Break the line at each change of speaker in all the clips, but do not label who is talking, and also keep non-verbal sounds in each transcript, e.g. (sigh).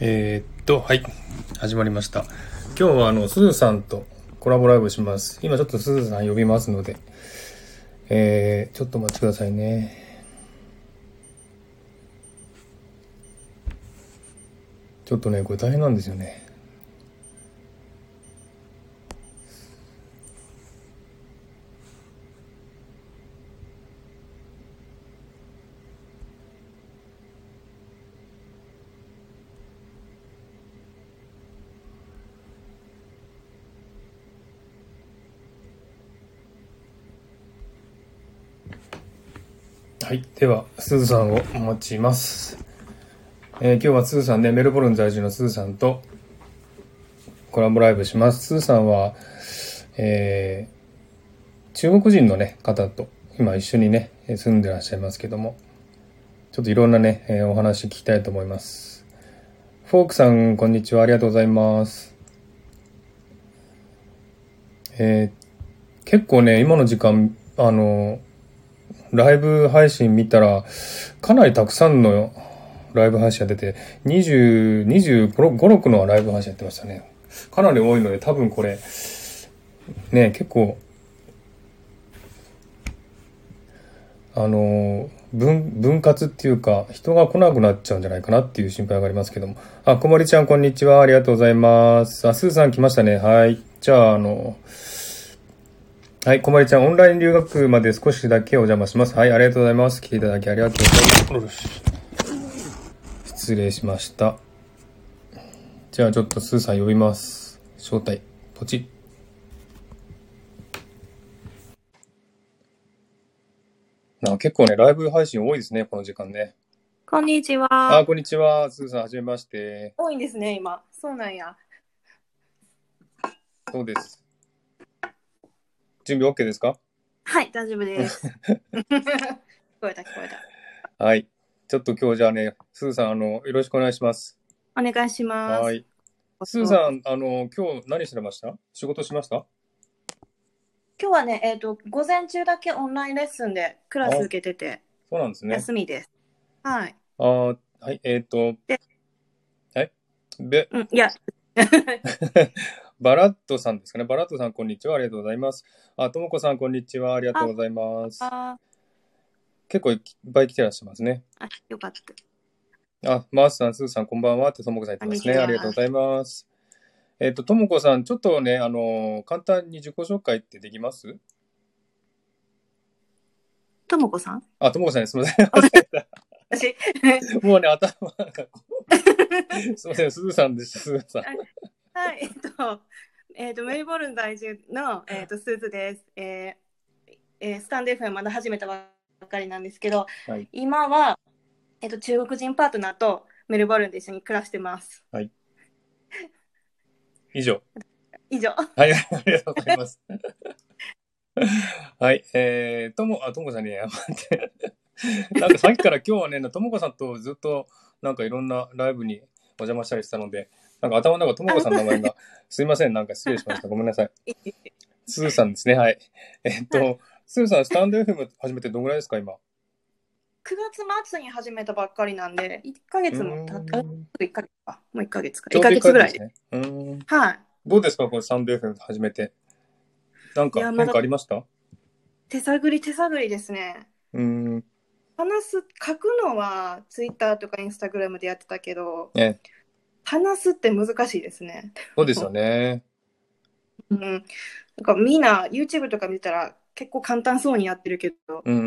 えーっと、はい。始まりました。今日は、あの、すずさんとコラボライブします。今ちょっとすずさん呼びますので、えー、ちょっとお待ちくださいね。ちょっとね、これ大変なんですよね。はい。では、すずさんをお待ちます。えー今日はすずさんね、メルボルン在住のすずさんとコラボライブします。すずさんは、えー中国人のね、方と今一緒にね、えー住んでらっしゃいますけども、ちょっといろんなね、えーお話聞きたいと思います。フォークさん、こんにちは。ありがとうございます。えー結構ね、今の時間、あの、ライブ配信見たら、かなりたくさんのライブ配信が出て、20、25、6のライブ配信やってましたね。かなり多いので、多分これ、ね、結構、あの、分、分割っていうか、人が来なくなっちゃうんじゃないかなっていう心配がありますけども。あ、こもりちゃん、こんにちは。ありがとうございます。あ、すーさん来ましたね。はい。じゃあ、あの、はい、こまりちゃん、オンライン留学まで少しだけお邪魔します。はい、ありがとうございます。来ていただきありがとうございます。失礼しました。じゃあちょっとスーさん呼びます。招待、ポチッ。なんか結構ね、ライブ配信多いですね、この時間ね。
こんにち
あ
は
ー、。こんにちは。スーさん、はじめまして。
多いんですね、今。そうなんや。
そうです。準備 OK ですか
はい、大丈夫です。 (laughs) 聞こえた、聞こえ
はい。ちょっと今日じゃあね、スーさん、あの、よろしくお願いします。
た。お願いします。
はい。スーさん、あの、今日何してました仕事しました
今日はね、えっ、と、午前中だけオンラインレッスンでクラス受けてて、
そうなんですね。
休みです。はい。
あーはい、えっ、と
で、
はい。べ、
うん、いや、
バラットさんですかね。バラットさん、こんにちは。ありがとうございます。あ、ともこさん、こんにちは。ありがとうございます。
あ
結構いっぱい来てらっしゃいますね。
あ、よかった。
あ、マースさん、スーさん、こんばんはってともこさん言ってますね。
こんにちは
ありがとうございます。えっ、と、ともこさん、ちょっとね、あの、簡単に自己紹介ってできます
ともこさん
あ、ともこさんです。すみません。 (laughs)
私、
もうね、頭がこ
(laughs)
う。すみません、すずさんでした、すずさん。
はい、えっ、と、えっ、と、メルボルン在住の、えっ、と、スーズです。えーえースタンデー FM まだ始めたばっかりなんですけど、
はい
今は、えっ、と、中国人パートナーとメルボルンで一緒に暮らしてます。
以上。
以上。
はい、ありがとうございます。はい、えー、とも、あ、ともこさんね、待って。 (laughs) なんかさっきから今日はね、ともこさんとずっと、なんかいろんなライブにお邪魔したりしたので、なんか頭の中、ともこさんの名前が、すいません、なんか失礼しました。ごめんなさい。すずさんですね、はい。えーっと、すずさん、スタンド FM 始めてどんぐらいですか、今。
9月末に始めたばっかりなんで、1ヶ月もたった、あちょっと1ヶ月か、もう1ヶ月か、
ちょ
1
うど
ヶ
一
月ぐらい
で
です
ね。うーん。
はい。
どうですか、これ、サンド FM 始めて。なんか
いやまだ
変化ありましたう
手探り手探りですね。
ーん。
話す、書くのは Twitter とか Instagram でやってたけど、
ええ
話すって難しいですね。
そうですよね。
うん。なんかみんな YouTube とか見たら結構簡単そうにやってるけど、
うんう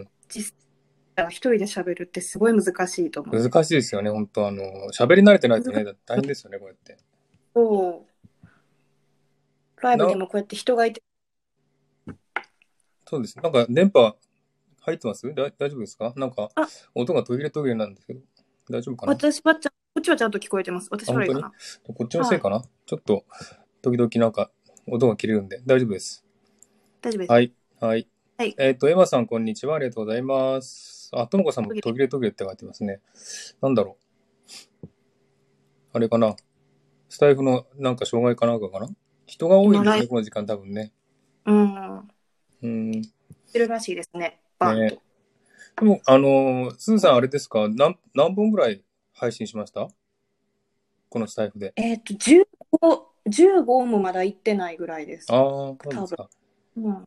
ん
実際一人で喋るってすごい難しいと思
う
う。
ん。難しいですよね、本当あの、喋り慣れてないとね、大変ですよね、こうやって。
そうライブでもこうやって人がいて、
そうです。なんか、電波入ってますだ大丈夫ですかなんか
あ、
音が途切れ途切れなんですけど、大丈夫かな
私はちゃん、こっちはちゃんと聞こえてます。私悪いかな。
こっちのせいかなちょっと、時々なんか、音が切れるんで、大丈夫です。
大丈夫です。
はい。はい。
はい
えっ、と、エマさん、こんにちは。ありがとうございます。あ、ともこさんも途切れ途切れって書いてますね。なんだろう。あれかな。スタイフのなんか障害かなんかかな。人が多いんで
今
す
ライ
ね、
ブ
この時間多分ね。
うん。
うん。で
してるらしいですね。バンと。
ねも、あのー、すずさんあれですか何、何本ぐらい配信しましたこのスタイフで。
えっと、15、15もまだ行ってないぐらいです。
ああ、そうなんですか。
うん、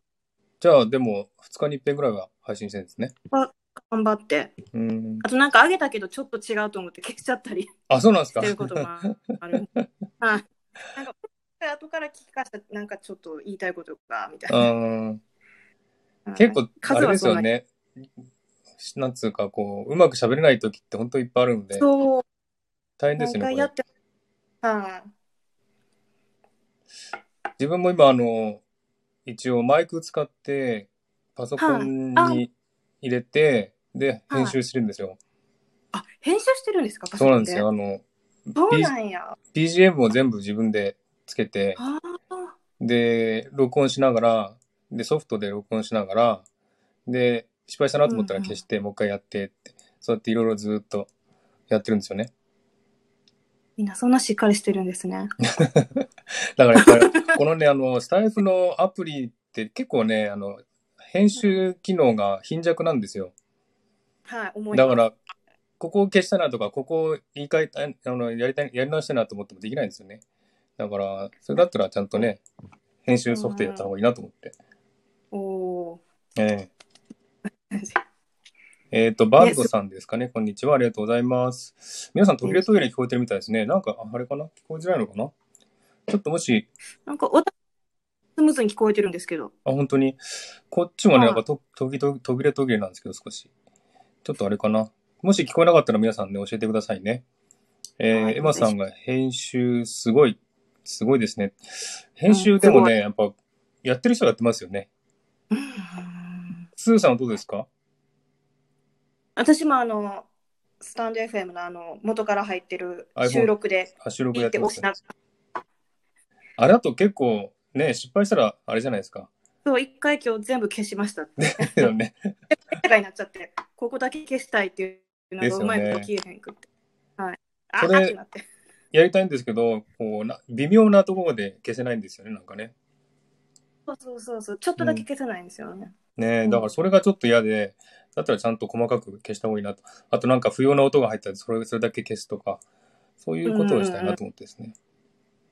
じゃあ、でも、2日に1遍ぐらいは配信してるんですね。
頑張って。
うん。
あとなんか上げたけど、ちょっと違うと思って消しちゃったり
あ、そうなんです
し
か
て。
(laughs)
ることがある。はい。なんか、後から聞かせた、なんかちょっと言いたいことが、みたいな。
うん。結構、あ
数
れ
は
です
そん
よ
なに
ね。なんつうか、こう、うまく喋れない時って本当いっぱいあるんで、
そう、
大変で
何
すよね、
回
こ
や
れ
っ。て、はい、
自分も今、あの、一応マイク使って、パソコン
はい
に入れて、で、
はい
編集してるんですよ。
あ、編集してるんですか、パソ
そう
コ
な
ン
んですよ。あの、
そうなんや。
BGM を全部自分でつけて、
あ
で、録音しながら、で、ソフトで録音しながら、で、失敗したなと思ったら消して、もう一回やってって、そうやっていろいろずっとやってるんですよね。
みんなそんなしっかりしてるんですね。
だからやっぱ (laughs) り、このね、あの、スタイフのアプリって結構ね、あの、編集機能が貧弱なんですよ。
はい、思いま
だ
す
から、ここを消したなとか、ここを言い換えたい、あの、やりたい、やり直したいなと思ってもできないんですよね。だから、それだったらちゃんとね、編集ソフトやった方がいいなと思って。
おー
え
(laughs)
ええっ、と、バルドさんですかね。こんにちは。ありがとうございます。皆さん、途切れ途切れ聞こえてるみたいですね。なんか、ああれかな聞こえづらいのかなちょっともし、
なんか、おたスムーズに聞こえてるんですけど。
あ、本当に、こっちもね、
は
ないんかと、途切れ途切れ途切れなんですけど、少し。ちょっとあれかな。もし聞こえなかったら皆さんね、教えてくださいね。えー
はい
エマさんが編集すごい、すごいですね。編集でもね、やっぱ、やってる人がやってますよね。
うん
スーさんはどうですか
私もあの、スタンド FM のあの、元から入ってる
iPhone
収録で、
あ収録
ピ
や
っ
って
て
ま
押
す
し、ながら、
あれだと結構、ね、失敗したら、あれじゃないですか。 (laughs)
そう、一回今日全部消しました。
だよね。
世界になっちゃって、ここだけ消したいっていうのがうまいこと消えへんくって。はい。あ
それ
あってなって。
やりたいんですけど、こうな、微妙なところで消せないんですよね、なんかね。
そうそうそうそう、ちょっとだけ消せないんですよね。
ね
う
え、
ん
だからそれがちょっと嫌で、だったらちゃんと細かく消した方がいいなと。あとなんか不要な音が入ったらそれ、それだけ消すとか、そういうことをしたいなと思ってですね。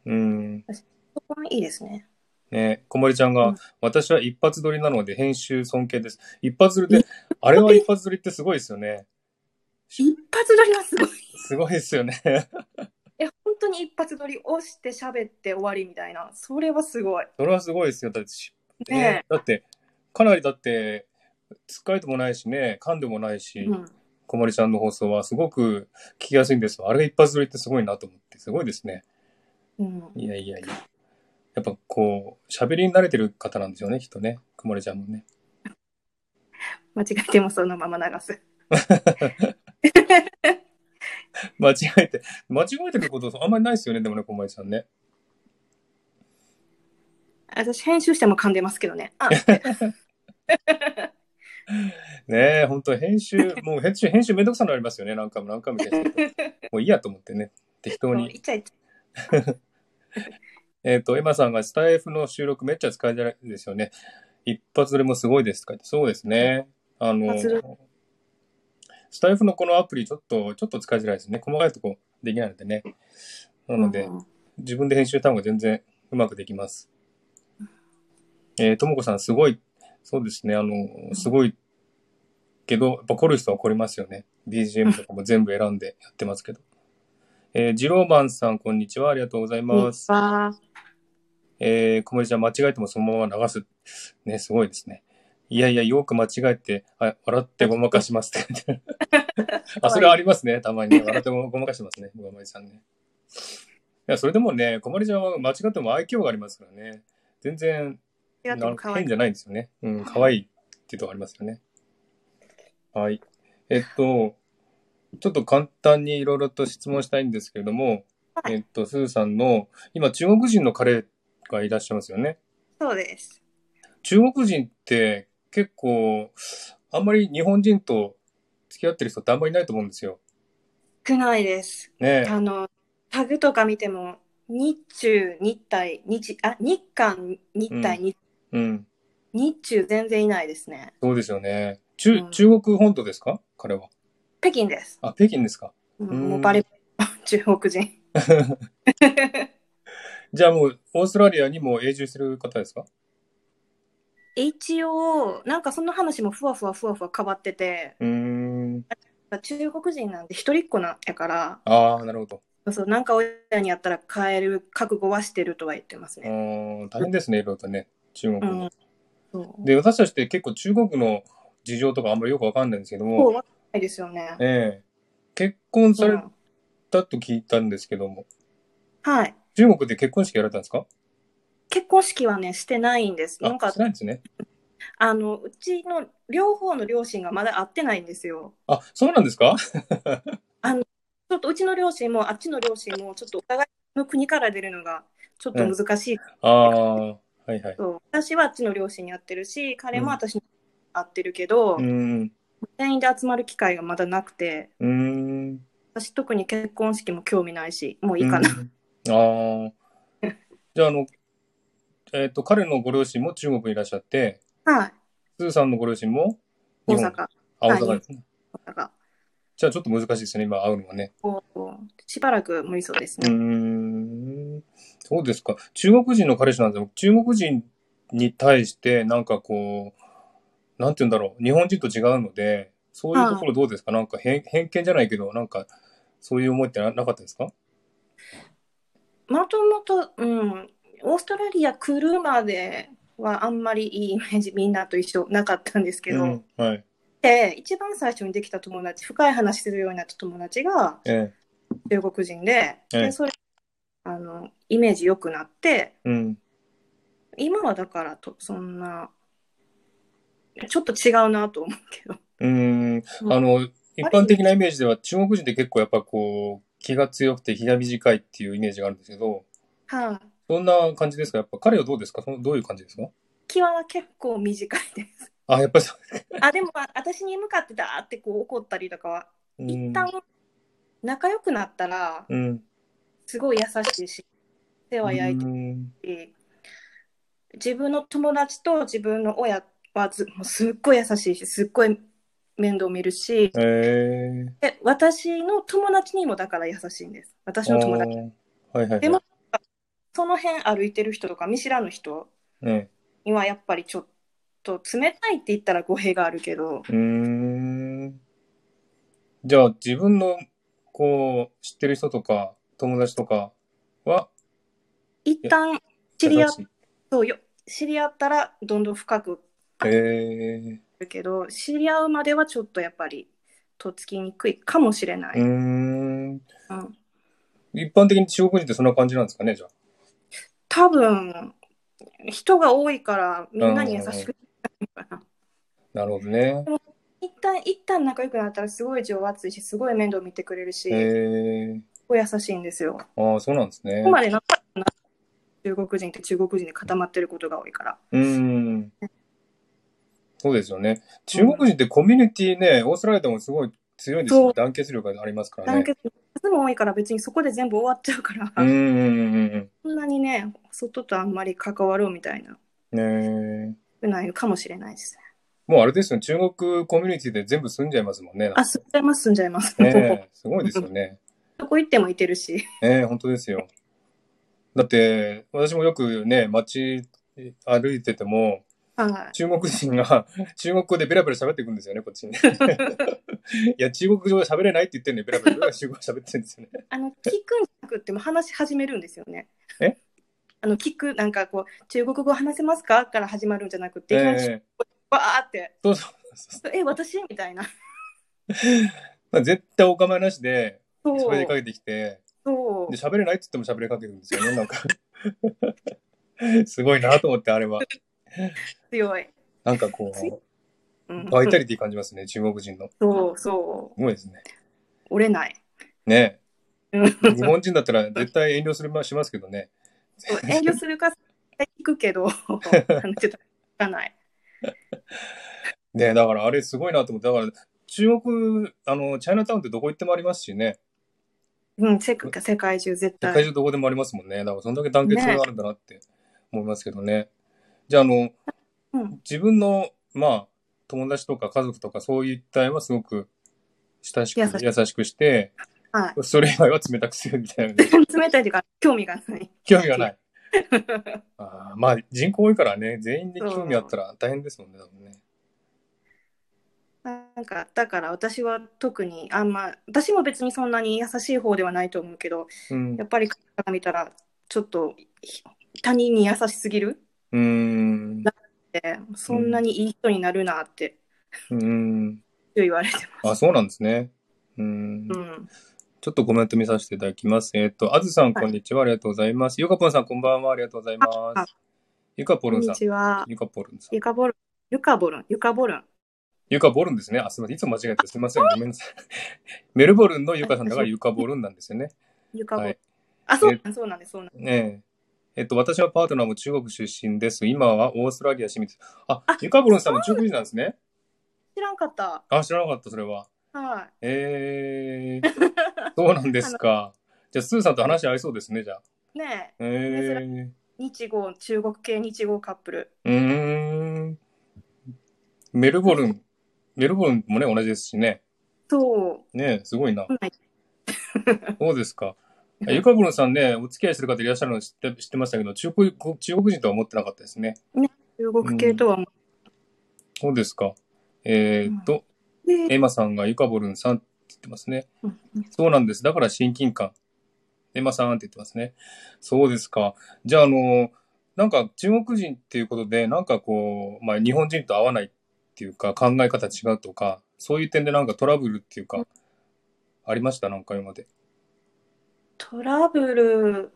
うん。ね
そこはいいですね。
え、こまりちゃんが、
うん
私は一発撮りなので編集尊敬です。一発撮りで、あれは一発撮りってすごいですよね。
一発撮りはすごい。 (laughs)
すごいですよね。 (laughs)
え、本当に一発撮りをして喋って終わりみたいな。それはすごい。
それはすごいですよ。だってし、
ね
だって、かなりだって、つっかえてもないしね、噛んでもないし、
え。うん。
こまりちゃんの放送はすごく聞きやすいんですよあれが一発撮りってすごいなと思って、すごいですね。
うん。
いやいやいや。やっぱこう、喋りに慣れてる方なんですよね、きっとね。くもりちゃんもね。
間違えてもそのまま流す。
間違えて、間違えてることあんまりないですよね、でもね、くもりちゃんね。
私編集しても噛んでますけどね。
(laughs)
あ、
ねえ、本当編集、もう編集、編集めんどくさになりますよね、何回も何回も消
(laughs)
してると。もういいやと思ってね、適当に。
いちゃいち
えっ、と、エマさんがスタイフの収録めっちゃ使いづらいですよね。一発撮りもすごいですとか言ってそうですね。あの
一発撮り、
スタイフのこのアプリちょっと、ちょっと使いづらいですね。細かいとこできないのでね。
ゃ
なので、自分で編集した方が全然うまくできます。えー、ともこさん、すごい、そうですね、あの、すごい、けど、やっぱ凝る人は凝りますよね。BGM とかも全部選んでやってますけど。えー、ジローマンさん、こんにちは。ありがとうございます。
あ
えー、小森ちゃん、間違えてもそのまま流す。ね、すごいですね。いやいや、よく間違えて、あ笑ってごまかしますって。あ、それはありますね、たまに、ね。笑ってごまかしますね、小森さんね。いや、それでもね、小森ちゃんは間違っても愛嬌がありますからね。全然、
りがと
な
うん可
か
愛い
変じゃないんですよね。うん、可愛いっていうとこありますよね。はい。えっと、ちょっと簡単にいろいろと質問したいんですけれども、
はい
えっと、スーさんの、今、中国人の彼がいらっしゃいますよね。
そうです。
中国人って結構、あんまり日本人と付き合ってる人ってあんまりいないと思うんですよ。
少ないです。
ねえ
あの、タグとか見ても、日中、日体、日、あ、日韓、日体、
う
日
うん。
日中全然いないですね。
そうですよね。中、
うん
中国本土ですか彼は。
北京です。
あ、北京ですか。
うん
うん
もうバレバレ、中国人。
じゃあもう、オーストラリアにも永住してる方ですか
一応、なんかその話もふわふわふわふわ変わってて、
うーん。
中国人なんで一人っ子なんやから、
ああ、なるほど。
そうなんか親にやったら変える覚悟はしてるとは言ってます
う
ね。
ーん大変ですね、いろいろとね、中国
う
の
ん。そう。
で、私たちって結構中国の事情とかあんまりよくわかんないんですけど
そう、
も、
わかんないですよね。
ええ結婚さ
う
れ
ん
たと聞いたんですけども、
はい。
中国で結婚式やられたんですか
結婚式はね、してないんです。なん
あ、
か
し、ないんですね。
あの、うちの両方の両親がまだ会ってないんですよ。
あ、そうなんですか
ちょっとうちの両親もあっちの両親も、ちょっとお互いの国から出るのがちょっと難しい
ああ、はいはい。
そう私はあっちの両親に会ってるし彼も私に会ってるけど、
うーん。
全員で集まる機会がまだなくて
うーん。
私特に結婚式も興味ないしもういいかな、
うん。ああ。じゃあ、あの、えっ、と、彼のご両親も中国にいらっしゃって、
はい
スーさんのご両親も
(laughs) 大
日本
阪
あ、大
はい
阪ですね。
大阪
じゃあ、ちょっと難しいですね、今会うのはね。
こうしばらく無理そうです
うー
ね、
ん。そうですか。中国人の彼氏なんですよ。中国人に対して、なんかこう、なんて言うんだろう。日本人と違うので、そういうところどうですかなんか偏偏見じゃないけど、なんか、そういう思いってななかったですか
もともとうんオーストラリア来るまではあんまりいいイメージみんなと一緒なかったんですけど、
うん、はい。
で一番最初にできた友達深い話するようになった友達が
ええ。
中国人で,、
ええ
でそれあのイメージ良くなって
うん。
今はだからとそんなちょっと違うなと思うけど
うーん、
うん
あの、一般的なイメージでは中国人って結構やっぱこう、気が強くて気が短いっていうイメージがあるんですけど、
はい、
そんな感じですかやっぱ彼はどうですかそのどういう感じですか
気は結構短いです
あ、やっぱりそう。
あでもまあ私に向かってだーってこう怒ったりとかは
うん
一旦仲良くなったら
うん。
すごい優しいし手は焼いてる
うん
し自分の友達と自分の親はずもうすっごい優しいしすっごい面倒見るし
ええ
で私の友達にもだから優しいんです私の友達
あーはいはいはい。
でもその辺歩いてる人とか見知らぬ人
え
にはやっぱりちょっと冷たいって言ったら語弊があるけど
えうーん。じゃあ自分の、こう、知ってる人とか、友達とかは、
一旦知り合っ
優しい
そうよ知り合ったらどんどん深く
ええ
るけど知り合うまではちょっとやっぱりとっつきにくいかもしれない、
うーん。
うん
一般的に中国人ってそんな感じなんですかねじゃあ。
多分人が多いからみんなに優しく
なるほどね。
一旦一旦仲良くなったらすごい情熱いしすごい面倒見てくれるし、
ええ
すごい優しいんですよ。
ああ、そうなんですね
ここ。まで仲良くな中国人って中国人で固まってることが多いから。
うん。そうですよね。中国人ってコミュニティね、オーストラリアでもすごい強いです
そ
よ。
う
団結力がありますから
団
ね。
結数も多いから別にそこで全部終わっちゃうから、
うんうんうん
そんなにね外とあんまり関わろうみたいな
うん。ねえ
ないかもしれないですね。
もうあれですよ、中国コミュニティで全部住んじゃいますもんね。
あ住んじゃいます住んじゃいます。
ねえすごいですよね。
(laughs) どこ行ってもいてるし。
ええ本当ですよ。だって、私もよくね、街歩いてても、
はい。
中国人が
(laughs)
中国語でベラベラ喋っていくんですよね、こっちに。いや、中国語で喋れないって言ってんのに、ベラベラベラベラ中国語喋ってるんですよね。
あの聞くんじゃなくっても話し始めるんですよね。
え
(laughs) あの聞くなんかこう中国語話せますかから始まるんじゃなく (laughs) て、いきなり
ええ
わーって
そうそうそう
え私み
(laughs)
たいな。
まあ絶対お構いなしで、
そ
喋りか
う。
けてきて、
そう
で、。喋れないって言っても喋りかけるんですよね、なんか。 (laughs) すごいなと思って、あれは。
強い。
なんか
(laughs)
こ、
強いううん。
バイタリティ感じますね、中国人の。す
そうそう。
ごいですね。
折れない。
ね
うん
え日本人だったら絶対遠慮するましますけどね。 (laughs)
そう遠慮するか聞くけどあのちょっと聞かない。
ねえだからあれすごいなと思って、だから中国、あの、チャイナタウンってどこ行ってもありますしね。
うん、世界世界中絶
世
対。
界中どこでもありますもんね。だからそんだけ団結があるんだなって思いますけどね。じゃあ、あの、
うん、
自分の、まあ、友達とか家族とかそういった絵はすごく親しく、
優しく
優しくして、
は
それ以外は冷たくするみたいなので、
い。 (laughs) 冷たいというか、興味がない。
興味が
(laughs)
ない。あーまあ、人口多いからね、全員で興味あったら大変ですもんね、多分ね。
なんか、だから私は特に、あんま、私も別にそんなに優しい方ではないと思うけど、
うん
やっぱり彼から見たら、ちょっとひ他人に優しすぎる
うーん。
って、そんなにいい人になるなって
うーん。
言われてま
あ、
す。
そうなんですね。うーん
う。ん。
ちょっとコメント見させていただきます。えっ、と、あずさん、
はい
こんにちは。ありがとうございます。ゆかぽんさん、こんばんは。ありがとうございま
あ
す。ゆかぽ
こ
る
ん
んさ
に
ん。
ちは。
ゆかぽるんさん。
ゆかぼるん、ゆかぼるん、ゆかぼるん。
ゆかぼるんですね。あ、すみません。いつも間違えてすみません。ごめんなさい。メルボルンのゆかさんだからゆかぼるんなんですよね。
ゆかぼ
は
るん
い。。
あ、そうなん、そうなんです、そうなんです。
ねえ。えっと、私のパートナーも中国出身です。今はオーストラリア市民です。あ
あ、
ゆかぼるんさんも中国人なんですね。
知らんかった。
あ、知らなかった、それは。
はい。
(laughs) えー、そうなんですか。じゃあ、スーさんと話合いそうですね、じゃあ。
ねえ、
え
日豪、中国系日豪カップル。
ー、うーん。メルボルン、メルボルンもね、同じですしね。
そ
ねえすごいな。
う。はい
(laughs) そうですか。あゆかぼるんさんね、お付き合いしてる方いらっしゃるの知って知ってましたけど、中国中国人とは思ってなかったですね。
中国系とはも
そうですか。えーっと、
う。ね
エマさんがゆかぼるんさんって言ってますね
うん。
そうなんです。だから親近感。エマさんって言ってますね。そうですか。じゃあ、あの、なんか中国人っていうことで、なんかこう、まあ日本人と合わないっていうか、考え方違うとか、そういう点でなんかトラブルっていう
う
か、ありましたなんか今まで。
トラブル、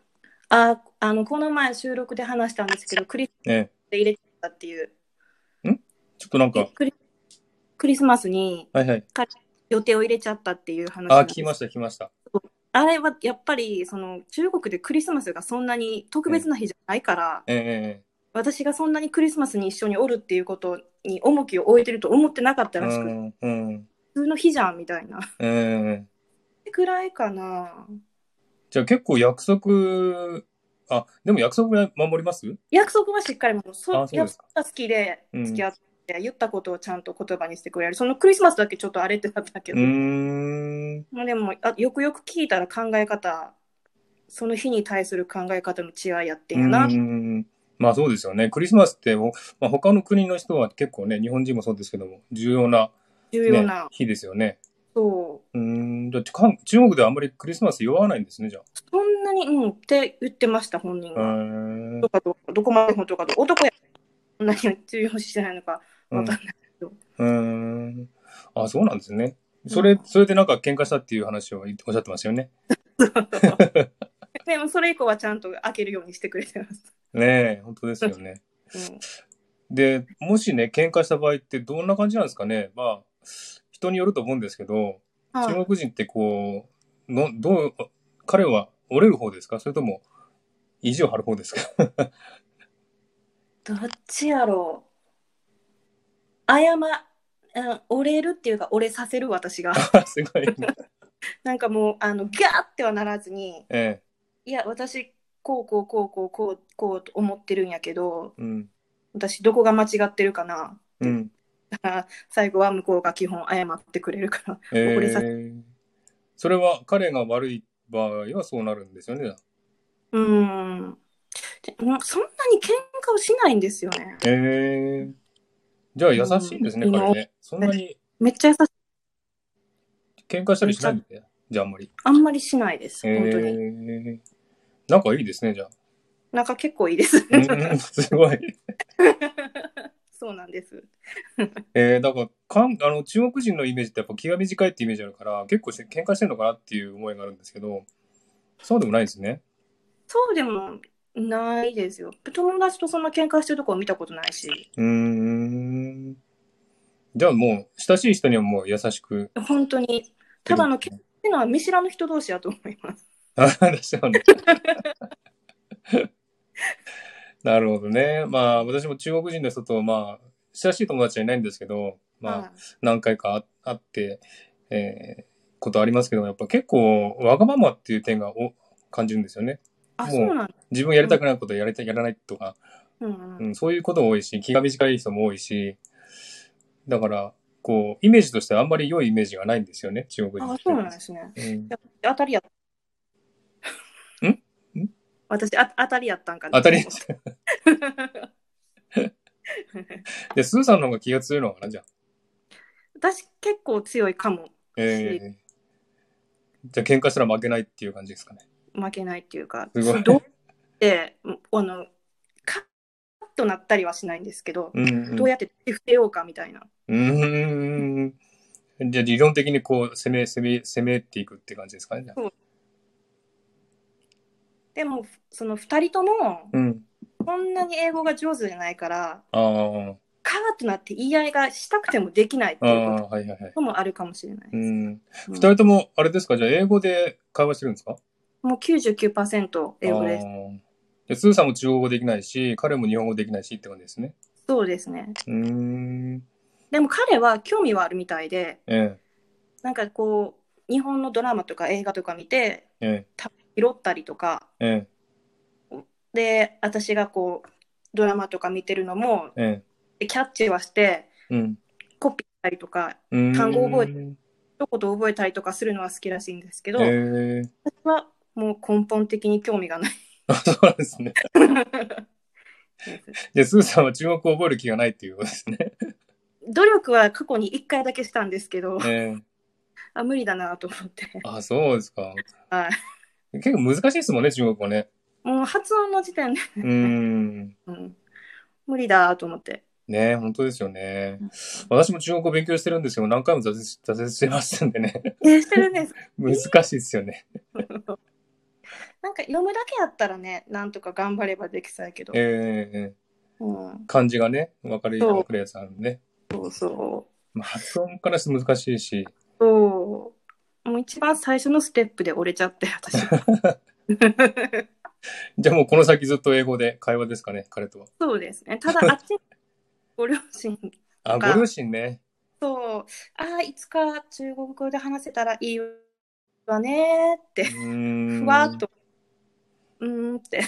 あ、あの、この前収録で話したんですけど、クリスマ
ね
スで入れてたっていう。
ちょっとなんか、
クリクリスマスに
はいはい。
予定を入れちゃったっていう話
あ、
なん
聞
です
きました、聞きました。
あれはやっぱりその中国でクリスマスがそんなに特別な日じゃないから、
えええ
私がそんなにクリスマスに一緒におるっていうことに重きを置いてると思ってなかった
え
らしく、
うん、うん、
普通の日じゃんみたいな。
ええ
くらいかな。
じゃあ結構約束、あ、でも約束は守ります
約束はしっかりもうそ
あそうで
約
すか
束が好きで
うん
付き合って、言ったことをちゃんと言葉にしてくれるそのクリスマスだけちょっとあれってなったけ
う
ど、
ーん。
まあでもあよくよく聞いたら考え方その日に対する考え方の違いやってんやな、
うんまあそうですよね。クリスマスって、おまあ、他の国の人は結構ね、日本人もそうですけども、重要な、
重
ね
要な、
日ですよね。
そう
うん。じゃあかん中国ではあんまりクリスマス祝わないんですね、じゃ
そんなに、うん、って言ってました、本人
あ。
が。
へー
どこかどうどこまで本当かどう男や、そんなに重要視してないのかわかんない。
うん。うんあ、そうなんですね。それ、
うん
それでなんか喧嘩したっていう話を言っておっしゃってましたよね。
(laughs) でも、それ以降はちゃんと開けるようにしてくれてます。
ねえ、本当ですよね。
うん、
で、もしね、喧嘩した場合ってどんな感じなんですかねまあ、人によると思うんですけど、
はい
中国人ってこう、のどう、彼は折れる方ですかそれとも、意地を張る方ですか (laughs)
どっちやろう。謝、うん、折れるっていうか、折れさせる私 (laughs) が。
すごい、ね。
なんかもう、あの、ギャーってはならずに、
え
いや、私、こうこうこうこうこうこうと思ってるんやけど、
え。うん。
私、どこが間違ってるかな。
うん。
(laughs) 最後は向こうが基本謝ってくれるから。
ええ
折れさ
それは彼が悪い場合はそうなるんですよね。
うーん。でもそんなに喧嘩をしないんですよね。
ええじゃあ優しいんですね、
うん
彼ね。そんなに
めっちゃ優しい。
喧嘩したりしないんで、じゃああんまり。
あんまりしないです。
え
本当に。
え仲いいですね、じ
(laughs)
ゃあ。
なんか結構いいです。
うん、 (laughs) すごい。
そうなんです。
えー、だからかんあの中国人のイメージってやっぱ気が短いってイメージあるから結構し喧嘩してるのかなっていう思いがあるんですけどそうでもないんですね。
そうでもないですよ。友達とそんな喧嘩してるとこ見たことないし、
うーんじゃあもう親しい人にはもう優しく
本当に、ただの喧嘩っていうのは見知らぬ人同士だと思います。
(laughs) あですよね。 (laughs) なるほどね。まあ私も中国人の人とまあ親しい友達はいないんですけどまあ
はい
何回かあ会って、えーことありますけどやっぱ結構わがままっていう点がお感じるんですよね。
あ、
もう
そうなんだ。
自分やりたくないことやりたやらないとか、
うんうん
うん、そういうこと多いし、気が短い人も多いし、だから、構、イメージとしてはあんまり良いイメージがないんですよね、中国人
あ
の
そ
人
うなんですね。
うん
当たりやった。
んん
私あ、当たりやったんかな。
当たり
(laughs)
で、スーさんの方が気が強いのかな、じゃあ。
私、結構強いかも。
えーじゃあ、喧嘩したら負けないっていう感じですかね。
負けないっていうか、
すごい
どうって、あの、カッとなったりはしないんですけど、
うん、うん
どうやって伏せようかみたいな。
うーん。じゃあ理論的にこう攻め、攻め、攻めていくって感じですかね。じゃあ
でも、その2人とも、
うん。
こんなに英語が上手じゃないから、
あー
カーッとなって言い合いがしたくてもできないって
あー、
いうこ
はいはいはい。
ともあるかもしれないで
う
す。うん
ん。二人とも、あれですかじゃあ英語で会話してるんですか
もう99%英語です。
す。で、スーさんも中国語できないし、彼も日本語できないしって感じですね。
そうですね。
うーん。
でも彼は興味はあるみたいで、
え
なんかこう、日本のドラマとか映画とか見て、
え、え
拾ったりとか、
え、え
で、私がこう、ドラマとか見てるのも、
え、え
でキャッチはして、
え。うん。
コピーしたりとか、
うーん
単語覚え一言覚えたりとかするのは好きらしいんですけど、
ええ。 (laughs)
私はもう根本的に興味がない。 (laughs)
あ、そうなんですね。で、スーさんは中国語を覚える気がないっていうことですね。
努力は過去に1回だけしたんですけど、
ええ。
あ無理だなと思って、
あ、そうですか。
はい、
結構難しいですもんね、中国語ね。
もう発音の時点で、
うーん。
うん、無理だと思って。
ね本当ですよね
うん。
私も中国語勉強してるんですけど、何回も挫折し挫折してますんでね。 (laughs)
えしてるんです。
難しいですよね。
なんか読むだけやったらね、なんとか頑張ればできそうやけど、
ええええ
うん、
漢字がね、分かり
そう
分かるやつあるんでね。
そうそう。
まあ、発音からして難しいし。
そう。もう一番最初のステップで折れちゃって、
(laughs)
私。
じゃあもうこの先ずっと英語で会話ですかね、彼とは。
そうですね。ただ、あっち、ご両親、
あ、
とか
ご両親ね。
そう、ああ、いつか中国語で話せたらいいわねーっ
う
て、
ーん。
ふわっ。と、うーんって。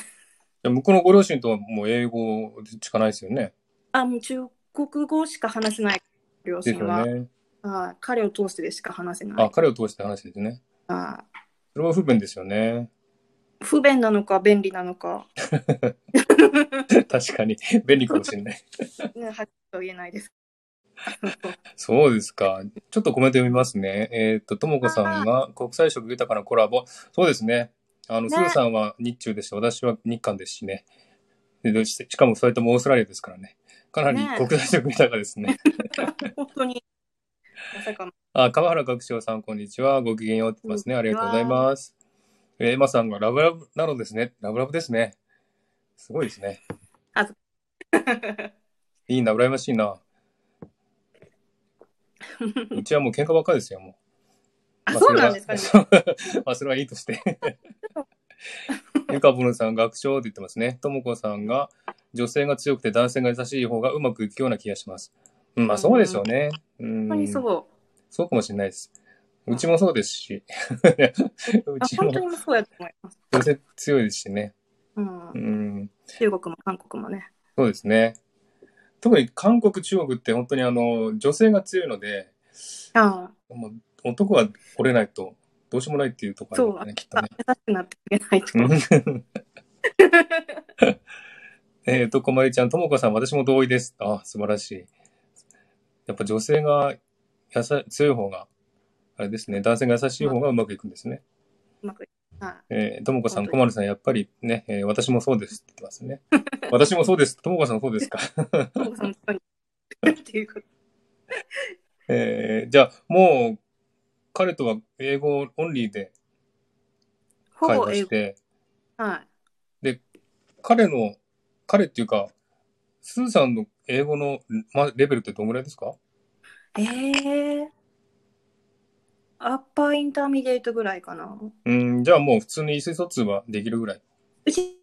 向こうのご両親とはもう英語しかないですよね。
あ、もう中国語しか話せない、両
です
親
よ
は。
ね。
はい彼を通してでしか話せな
あ、
い。
彼を通して話ですね。
は
それは不便ですよね。 (laughs)
い不便なのか、便利なのか、
確かに。便利かもしれない。
ね、はっきりと言えないです。 (laughs)
そうですか。ちょっとコメント読みますね。えーっと、ともこさんが国際色豊かなコラボ。そうですね。あの、
ね
すーさんは日中ですし、私は日韓ですしね。でどうしてしかもそれともオーストラリアですからね。かなり
ね
国際色豊かですね。
本当に、まさかの
あ、川原学長さん、こんにちは。ごきげんようって言いますね。ありがとうございます。えーエマさんがラブラブなのですね。ラブラブですね。すごいですね。 (laughs) いいな、羨ましい
(laughs)
な。うちはもう喧嘩ばっかりですよ、もう。
あ、
まあ
そうなんですかね。
それは (laughs) まあ、それはいいと
(laughs)
して。ゆかぼるさん、学長って言ってますね。ともこさんが、女性が強くて男性が優しい方がうまくいくような気がします。うん、まあ、そうでしょうね。うん
本当。にそう。
そうかもしれないです。うちもそうです
(laughs)
し。う
あ
ち
本
も
当にそうやと思います。
女性強いですしね。
うん
う、ん。
中国も韓国もね。
そうですね。特に韓国、中国って本当にあの、女性が強いので、
あ
もう男が折れないと、どうしようもないっていうところあるんです
あ、
ね、
優しくなってくれない
き
と。
っとね。 (laughs) えっ、と、こまりちゃん、ともこさん、私も同意です。あ、素晴らしい。やっぱ女性がやさ強い方が、あれですね、男性が優しい方がうまくいくんですね。
(laughs) うまくいかない
えーともこさん、
本当に
こまるさん、やっぱりね、えー私もそうですって言ってますね。 (laughs) 私もそうです。ともこさんそうですか。 (laughs)
韓国さんの人にっていうこと
えーじゃあ、もう、彼とは英語オンリーで
(laughs) ほ
会
ぼ
話
英
し
語。
て、
はい。
彼の、彼っていうか、スーさんの英語の、ま、レベルってどんぐらいですか
えー、アッパーインターミディエイトぐらいかな。
うん、じゃあもう普通に意思疎通はできるぐらい。
うち、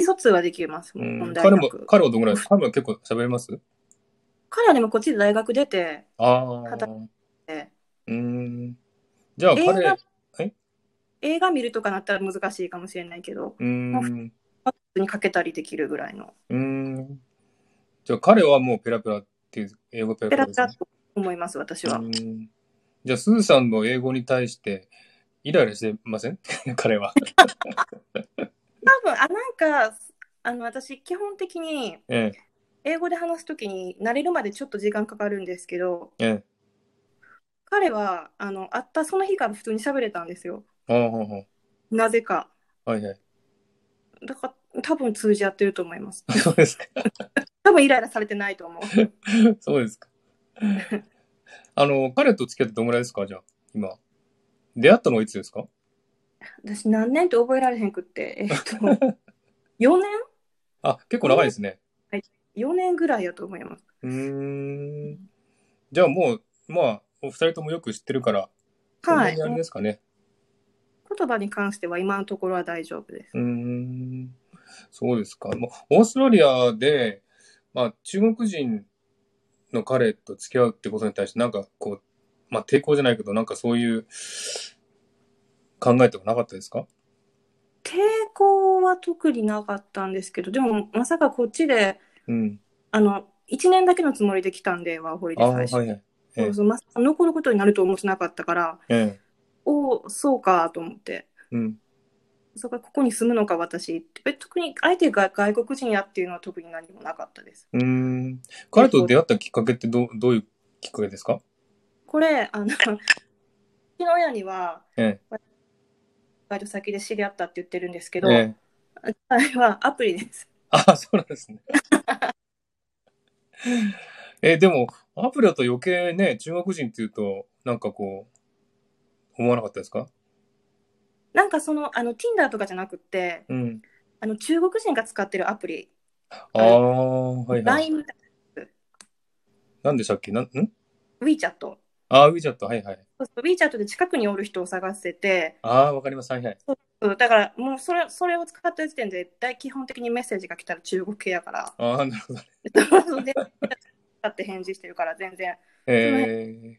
疎通はできます。
うん
問題
彼
な
も
く。、
彼はどんぐらいですか彼は結構喋ります
彼はでもこっちで大学出て、
ああ
片。え
うん。じゃあ
映
彼、
画
う
映画見るとかなったら難しいかもしれないけど、
ーん。
普通にかけたりできるぐらいの。
うーん。じゃあ彼はもうペラペラっていう、英語ペラ
ペ
ペラ
ラ
で
ペ
す、
ラ
ね
と。思います、私は。
うんじゃあ、スーさんの英語に対して、イライラしてません (laughs) 彼は。
多分あなんかあの私基本的に
え
英語で話すときに慣れるまでちょっと時間かかるんですけど
え、え
彼はあの会ったその日から普通に喋れたんですよ
え。ほうほうほう
なぜか
はい (laughs) はい。
だから多分通じ合ってると思います
そうですか。
多分イライラされてないと思う
そうですか。あの、彼と付き合ってどんぐらいですかじゃあ、今。出会ったのはいつですか
私何年って覚えられへんくってえっと4年
あ、結構長いですね。
4年ぐらいやと思います
うーん。じゃあもう、まあ、お二人ともよく知ってるから、そん
は
ないにあれですかね。
言葉に関しては今のところは大丈夫です
うーん。そうですか。まあ、オーストラリアで、まあ、中国人の彼と付き合うってことに対して、なんかこう、まあ、抵抗じゃないけど、なんかそういう考えとかなかったですか
抵抗は特になかったんですけどでもまさかこっちで
うん。
あの1年だけのつもりで来たんでワーホリで
ああ、はい
最初、
はい。ええ
そうそうまさか残ることになると思ってなかったから
ええ。
おおそうかと思って
うん。
そこここに住むのか私ってえ特に相手が外国人やっていうのは特に何もなかったです
うーん。彼と出会ったきっかけってどう、どういうきっかけですか
これあのうちの親には、
え
バイト先で知り合ったって言ってるんですけ
え
ど、
え。
あれはアプリです
あ、そうなんですね。 (laughs) え、でも、アプリだと余計ね、中国人っていうと、なんかこう、思わなかったですか
なんかそのあの Tinder とかじゃなくって
うん。
あの中国人が使ってるアプリ、
ああ、はいはい。
LINE みたい
なんでしたっけなん、ん
な WeChat
ああ、ウィジャット、はいはい。
そうそう WeChat で近くにおる人を探せて
ああ、わかります、はいはい。
そうだからもうそれそれを使った時点で大基本的にメッセージが来たら中国系やから (laughs)
ああ、なるほど。
そうでだって返事してるから全然
えー、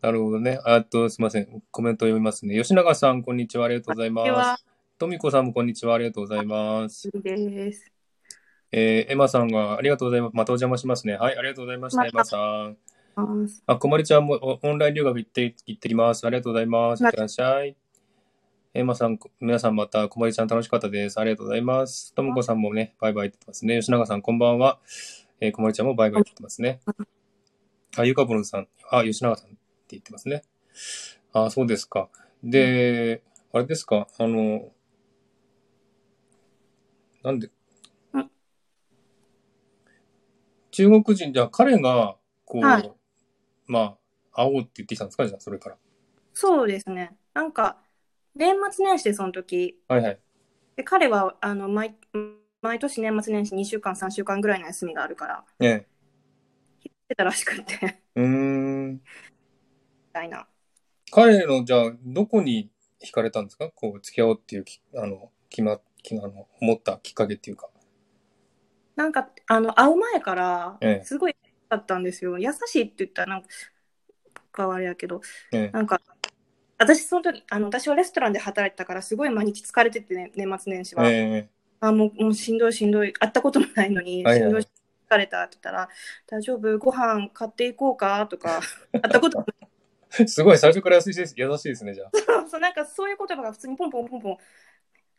なるほどね。あと、すみません。コメント読みますね。吉永さん、こんにちは。ありがとうござい
で
ま
は
す。とみこさんも、こんにちは。ありがとうございます。
次です
えー、エマさんが、ありがとうございます。またお邪魔しますね。はい、ありがとうございました、
また
エマさん。
ます
あ、こまりちゃんもおオンライン留学行って、行ってきます。ありがとうございます。い
ま
ってらっしゃい。エマさん、こ皆さんまた、こまりちゃん楽しかったです。ありがとうございます。ともこさんもね、バイバイって言ってますね。吉永さん、こんばんは。えー、こまりちゃんもバイバイって言ってますね。あ、ゆかぼるさん、あ、吉永さんって言ってますね。あ、そうですか。で、あれですか、あの、なんで
うん、
中国人、じゃあ彼が、こう、
はい
まあ、会おうって言ってきたんですかじゃあ、それから。
そうですねなんか年末年始でその時
はいはい。
で彼はあの毎毎年年末年始2週間3週間ぐらいの休みがあるから
え
来てたらしくてみ
え。うーん。
たいな
彼の、じゃあ、どこに惹かれたんですかこう、付き合おうっていうき、あの、決ま、きあの、思ったきっかけっていうか。
なんかあの会う前から
ええ
すごい優しかったんですよ、優しいって言ったらなんかあれやけど
ええ。
なんか私その時あの私はレストランで働いてたからすごい毎日疲れてて、ね、年末年始は、
え
あもうもうしんどいしんどい会ったこともないのに
はい
し
はい
ん
は
ど
い
い疲れたって言ったら「大丈夫ご飯買っていこうか?」
(laughs)
とか会ったことも
え。 (laughs) すごい、最初から優しいです、優しいですね、じゃあ。
そうなんかそういう言葉が普通にポンポンポンポン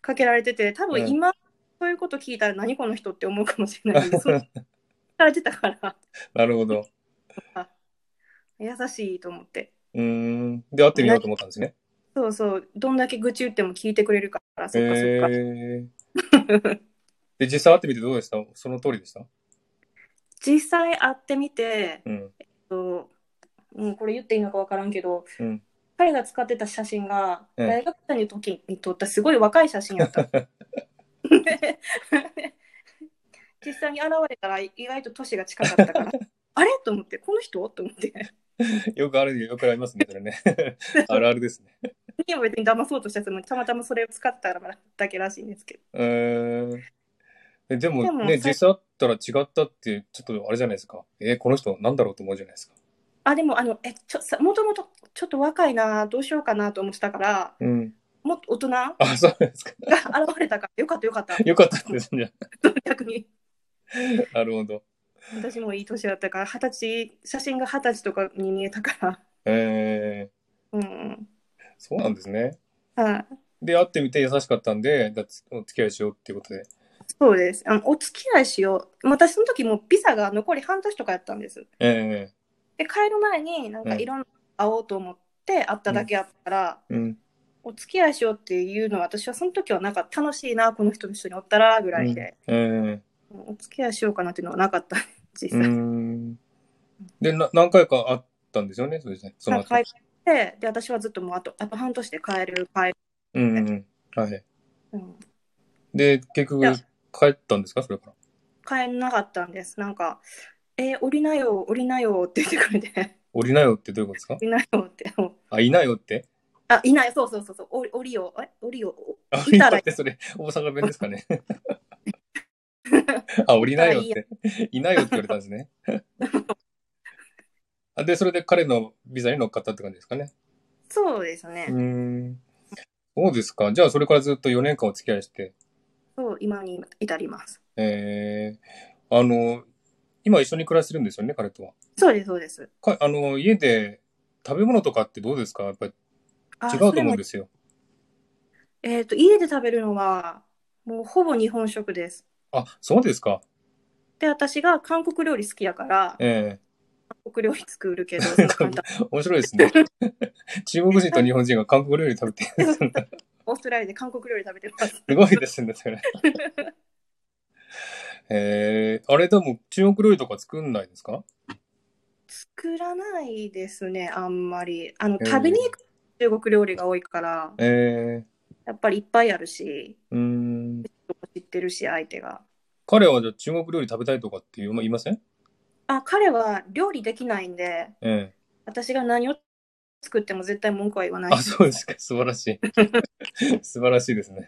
かけられてて多
うん
分今、そういうこと聞いたら何この人って思うかもしれな
(laughs)
いけどそう疲れてたから
なるほど。
優しいと思って
うーん。で、会ってみようと思ったんですね。
そうそうどんだけ愚痴言っても聞いてくれるからそっかそっか。
ええ。で、実際会ってみてどうでしたその通りでした
実際会ってみて、 (laughs)
うん。
とうん、これ言っていいのか分からんけど、
うん
彼が使ってた写真が
うん
大学生の時に撮ったすごい若い写真や
(laughs)
った。で実際に現れたら意外と年が近かったから (laughs) あれと思ってこの人と思って
よくある、よくありますね、それね。 (laughs) あるあるですね。
にも別に騙そうとしたつもりたまたまそれを使ってたらだけらしいんですけど
うーん。えでも
でも
ね、
さ
実際あったら違ったって、ちょっとあれじゃないですか。えーこの人なんだろうと思うじゃないですか。
あでもあのえちょさもともとちょっと若いなどうしようかなと思ってたから
うん。
もっと大人が
あ、そうなんですか。 (laughs)
現れたからよかったよかった
よかったですね。
逆に
(laughs) なるほど。
私もいい年だったから、二十歳、写真が二十歳とかに見えたから。
えー、
うん。
そうなんですね。
はい。
で、会ってみて優しかったんで、だつお付き合いしようっていうことで。
そうです。あの、お付き合いしよう。私の時もうビザが残り半年とかやったんです。
え
で、帰る前になんか
うん
いろんな会おうと思って会っただけやったから、
えうん。
お付き合いしようっていうのは私はその時はなんか楽しいな、この人と一緒におったらぐらいで、
ええ
お付き合いしようかなっていうのはなかった、実
う
際。
ーん。で、な何回か会ったんですよね、それで、その後
帰。って、で、私はずっともうあと、あと半年で帰る、帰る。
うんうんうん。はい。
うん
で、結
いや
局、帰ったんですか、それから。
帰んなかったんです。なんか、えー降りなよ、降りなよって言ってくれて、 (laughs)
降りなよってどういうことですか
降りなよって。もう
あ、いなよって
あ、いない、そうそうそうそう、降り降りよ、え降りよ、
(laughs) あ、
い
い
た
な
ら
ってそれ、大阪弁ですかね。 (laughs) あ、降りなよって。いないよって言われたんです (laughs) ね。あで、それで彼のビザに乗っかったって感じですかね。
そうですね。
うーん。そうですか。じゃあ、それからずっと4年間お付き合いして。
そう、今に至ります。
えー、あの、今一緒に暮らしてるんですよね、彼とは。
そうです、そうです。
かあの、家で食べ物とかってどうですかやっぱり
あ
違うと
そ
思
れ
う
も
んですよ。
えっ、と、家で食べるのは、もうほぼ日本食です。
あ、そうですか。
で、私が韓国料理好きやから、
え
韓国料理作る
(laughs)
けど、
え
簡単
面白いです (laughs) ね。中国人と日本人が韓国料理食べてる。
オーストラリアで韓国料理食べてます。
すごいですね、そ (laughs) れ。えー、あれでも中国料理とか作んないですか
作らないですね、あんまり。あの、
えー
食べに行く中国料理が多いから、
え
やっぱりいっぱいあるし、
ー、うーん。
知ってるし、相手が。
彼はじゃあ中国料理食べたいとかって言いません
あ、彼は料理できないんで、
え
私が何を作っても絶対文句は言わな
え
い。
あ、そうですか。素晴らしい。 (laughs) 素晴らしいですね。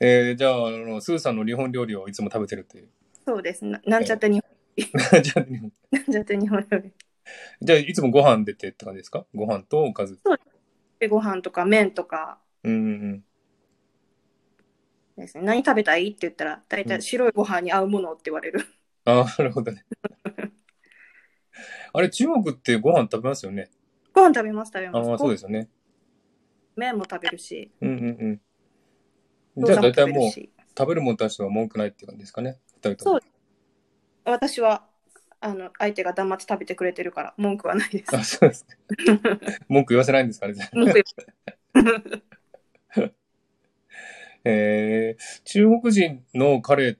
えー、じゃああの、スーさんの日本料理をいつも食べてるっていう。 (laughs)
そうです。ななんちゃって日
じゃあ、日本
本、 (laughs) なんちゃって日本料理。
じゃあいつもご飯出てって感じですかご飯とおかず。
でご飯とか麺とか
うんうん。
ですね。何食べたいって言ったら、大
うん
体白いご飯に合うものって言われる。 (laughs)
ああ、なるほど (laughs) ね。あれ、中国ってご飯食べますよね。
ご飯食べます、食べ
あ
ます。
あ、そうですよね。
麺も食べるし、
うんうんうん。じ
餃
ゃあ
子も
大体
食べ
も
る
う
し。
食べるものに対しては文句ないって感じですかね。二人とも。
私は、あの、相手が黙って食べてくれてるから、文句はないです。
あそうですね。 (laughs) 文句言わせないんですかね。じゃあ
文句言わ
えー、中国人の彼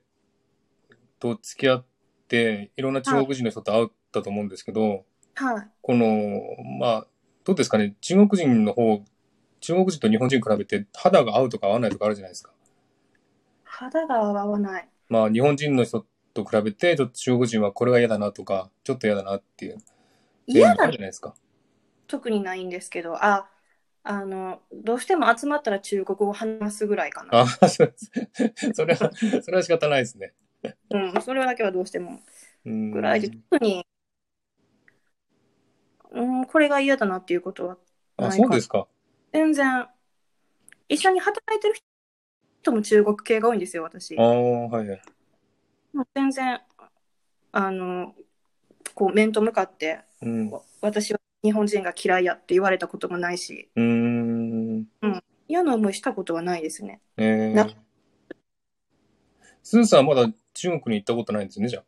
と付き合って、いろんな中国人の人と会ったと思うんですけど、
はい。
この、まあ、どうですかね、中国人の方、中国人と日本人比べて肌が合うとか合わないとかあるじゃないですか。
肌が合わない。
まあ、日本人の人と比べて、ちょっと中国人はこれが嫌だなとか、ちょっと嫌だなっていう。
嫌
っていうのがあ
だ
るじゃないですか。
特にないんですけど、あ、あの、どうしても集まったら中国語を話すぐらいかな。
ああ、そうです。それは、それは仕方ないですね。
うん、それだけはどうしても。
うん。
ぐらいで、特に、うん、これが嫌だなっていうことは、
あ、そうですか。
全然、一緒に働いてる人も中国系が多いんですよ、私
あ。あ、はいはい。
もう全然、あの、こう、面と向かって、
うん。う
私は日本人が嫌いやって言われたこともないし、
ーん。
嫌な思いしたことはないですね。
え
な
ー。スーさんはまだ中国に行ったことないんですよね、じゃ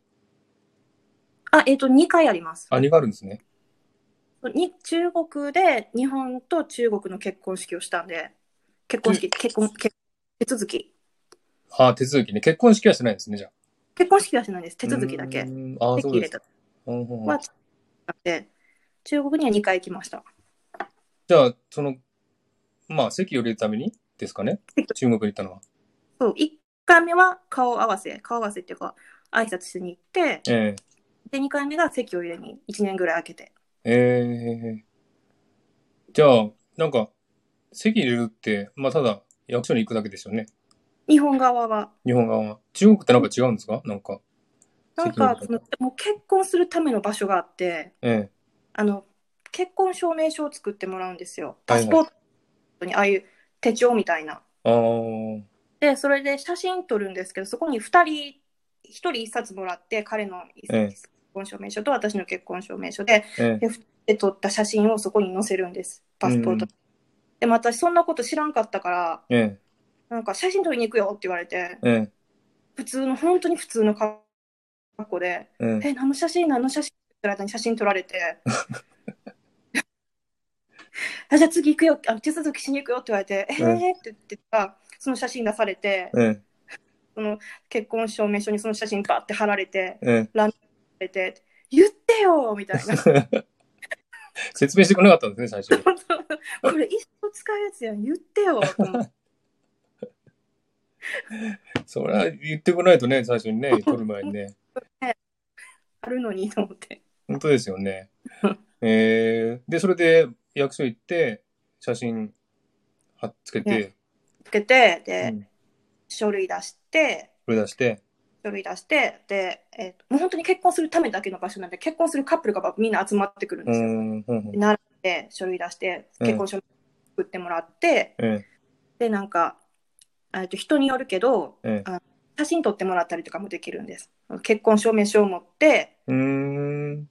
あ、えっ、と、2回あります。
あ。あ、2があるんですね。
に中国で日本と中国の結婚式をしたんで、結婚式、結婚、結手続き。
ああ、手続きね。結婚式はしてないんですね、じゃあ。
結婚式はしないです。手続きだ
う
け。
ーん。ああ、
で
そう
切
で
れ
すか
た。
うんうんうん
まあで中国には2回行きました。
じゃあ、その、まあ、席を入れるためにですかね中国に行ったのは。
そう、1回目は顔合わせ、顔合わせっていうか、挨拶しに行って、
え
で、2回目が席を入れに1年ぐらい空けて。
えええじゃあ、なんか、席入れるって、まあ、ただ、役所に行くだけですよね。
日本側は、
日本側は。中国ってなんか違うんですかなんか。
なん
席の
か
中
その、もう結婚するための場所があって、
え
あの、結婚証明書を作ってもらうんですよ。
はい
パ
はい
スポートにああいう手帳みたいな。
えああ、
で、それで写真撮るんですけど、そこに2人一人一冊もらって彼の一
ええ
冊結婚証明書と私の結婚証明書で
ええ
で撮った写真をそこに載せるんですパスポート、
うん
でも私そんなこと知らんかったから
え
なんか写真撮りに行くよって言われて
ええ
普通の本当に普通の格好で
えええ
え、何の写真何の写真って言ったら写真撮られて (laughs) あじゃあ次行くよあの手続きしに行くよって言われて、え
う
ー
ん
って言ってたらその写真出されて
え
その結婚証明書にその写真バって貼られて
ええ
貼られて言ってよ
(laughs)
みたいな
説明してくれなかったんですね、最初。
(laughs) これ一生使うやつやん言ってよと思って
それは言ってこないとね、最初にね、撮る前にね。
あるのにと思って
本当ですよね。えー、で、それで役所行って、写真貼っつけて、
つけて
う
で、
ん、
書類出して
これ出して、
書類出してで、えーともう本当に結婚するためだけの場所なんで結婚するカップルがみんな集まってくるん
う
ですよ。
ん、うん、うん
習って書類出して
うん
結婚書作ってもらって、
え
でなんかえっと人によるけど
え、ええ
写真撮ってもらったりとかもできるんです結婚証明書を持って
うーん、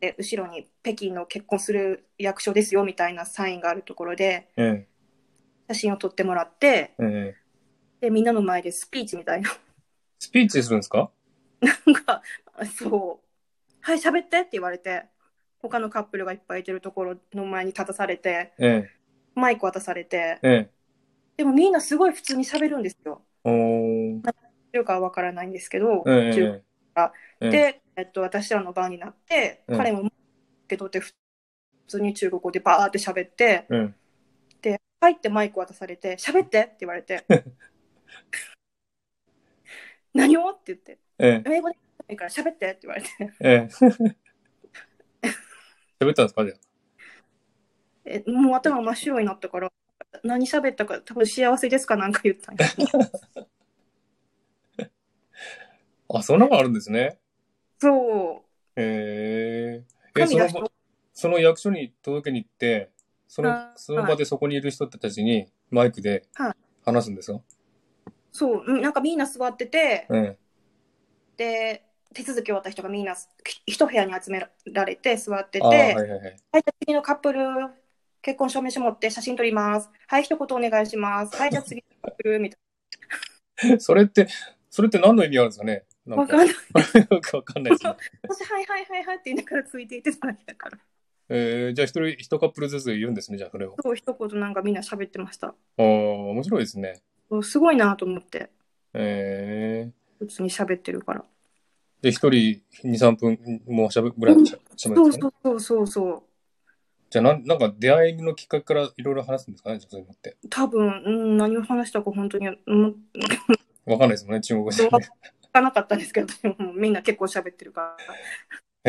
で後ろに北京の結婚する役所ですよみたいなサインがあるところで
ええ
写真を撮ってもらって
ええ
でみんなの前でスピーチみたいな
スピーチするんですか
なんか (laughs) そう「はい喋って」って言われて他のカップルがいっぱいいてるところの前に立たされて
え
マイク渡されて
えええ
でもみんなすごい普通に喋るんですよ。
おー
っていうかは分からないんですけど、
ええ
中
ええええ
で、えっと、私らの番になって、
うん
彼も受け取って普通に中国語でバーって喋って
うん
で入ってマイク渡されて「喋って」って言われて (laughs) 「何を?」って言って
え
「英語でいいから喋って」って言われて
えええ (laughs) 喋ったんですかじゃあ
えもう頭真っ白になったから何喋ったか多分幸せですかなんか言ったんや
あ、そんなのあるんですね。
そう
えええ、
神
そ
が
の
人
場、その役所に届けに行って、その
は、い
その場でそこにいる人たちにマイクで
はい
話すんですか、
そううんなんかみんな座ってて
え
で手続き終わった人がみんなひ一部屋に集められて座って
え。
て、
ああ、はいはいはい。
はい、じゃあ次のカップル、結婚証明書持って写真撮ります。はい、一言お願いします。はい、じゃあ次のカップル、みたい
それって、それって何の意味があるんですかねな
な。
ん (laughs)
わかんない。
よくわかんないですね。
私、はいはいはいはいって言いながらついていってただけだから。
えー、じゃあ一人、一カップルずつ言うんですね、じゃあそれを。
そう、一言なんかみんな喋ってました。
ああ、面白いですね。
そうすごいなと思って、
ええ
普通に喋ってるから。
で、一人二三分、もうしゃべぐらいしゃしゃべる
そ
ん
う
ですか
そ
ね。
うそうそうそ
じゃあなん、なんか出会いのきっかけからいろいろ話すんですかね、じゃあそういうのって。
う。多分、うん、何を話したか本当に、うん、
わかんないですもんね、中国語で
分
ね
か。らなかったんですけど、 (laughs) でももうみんな結構喋ってるから。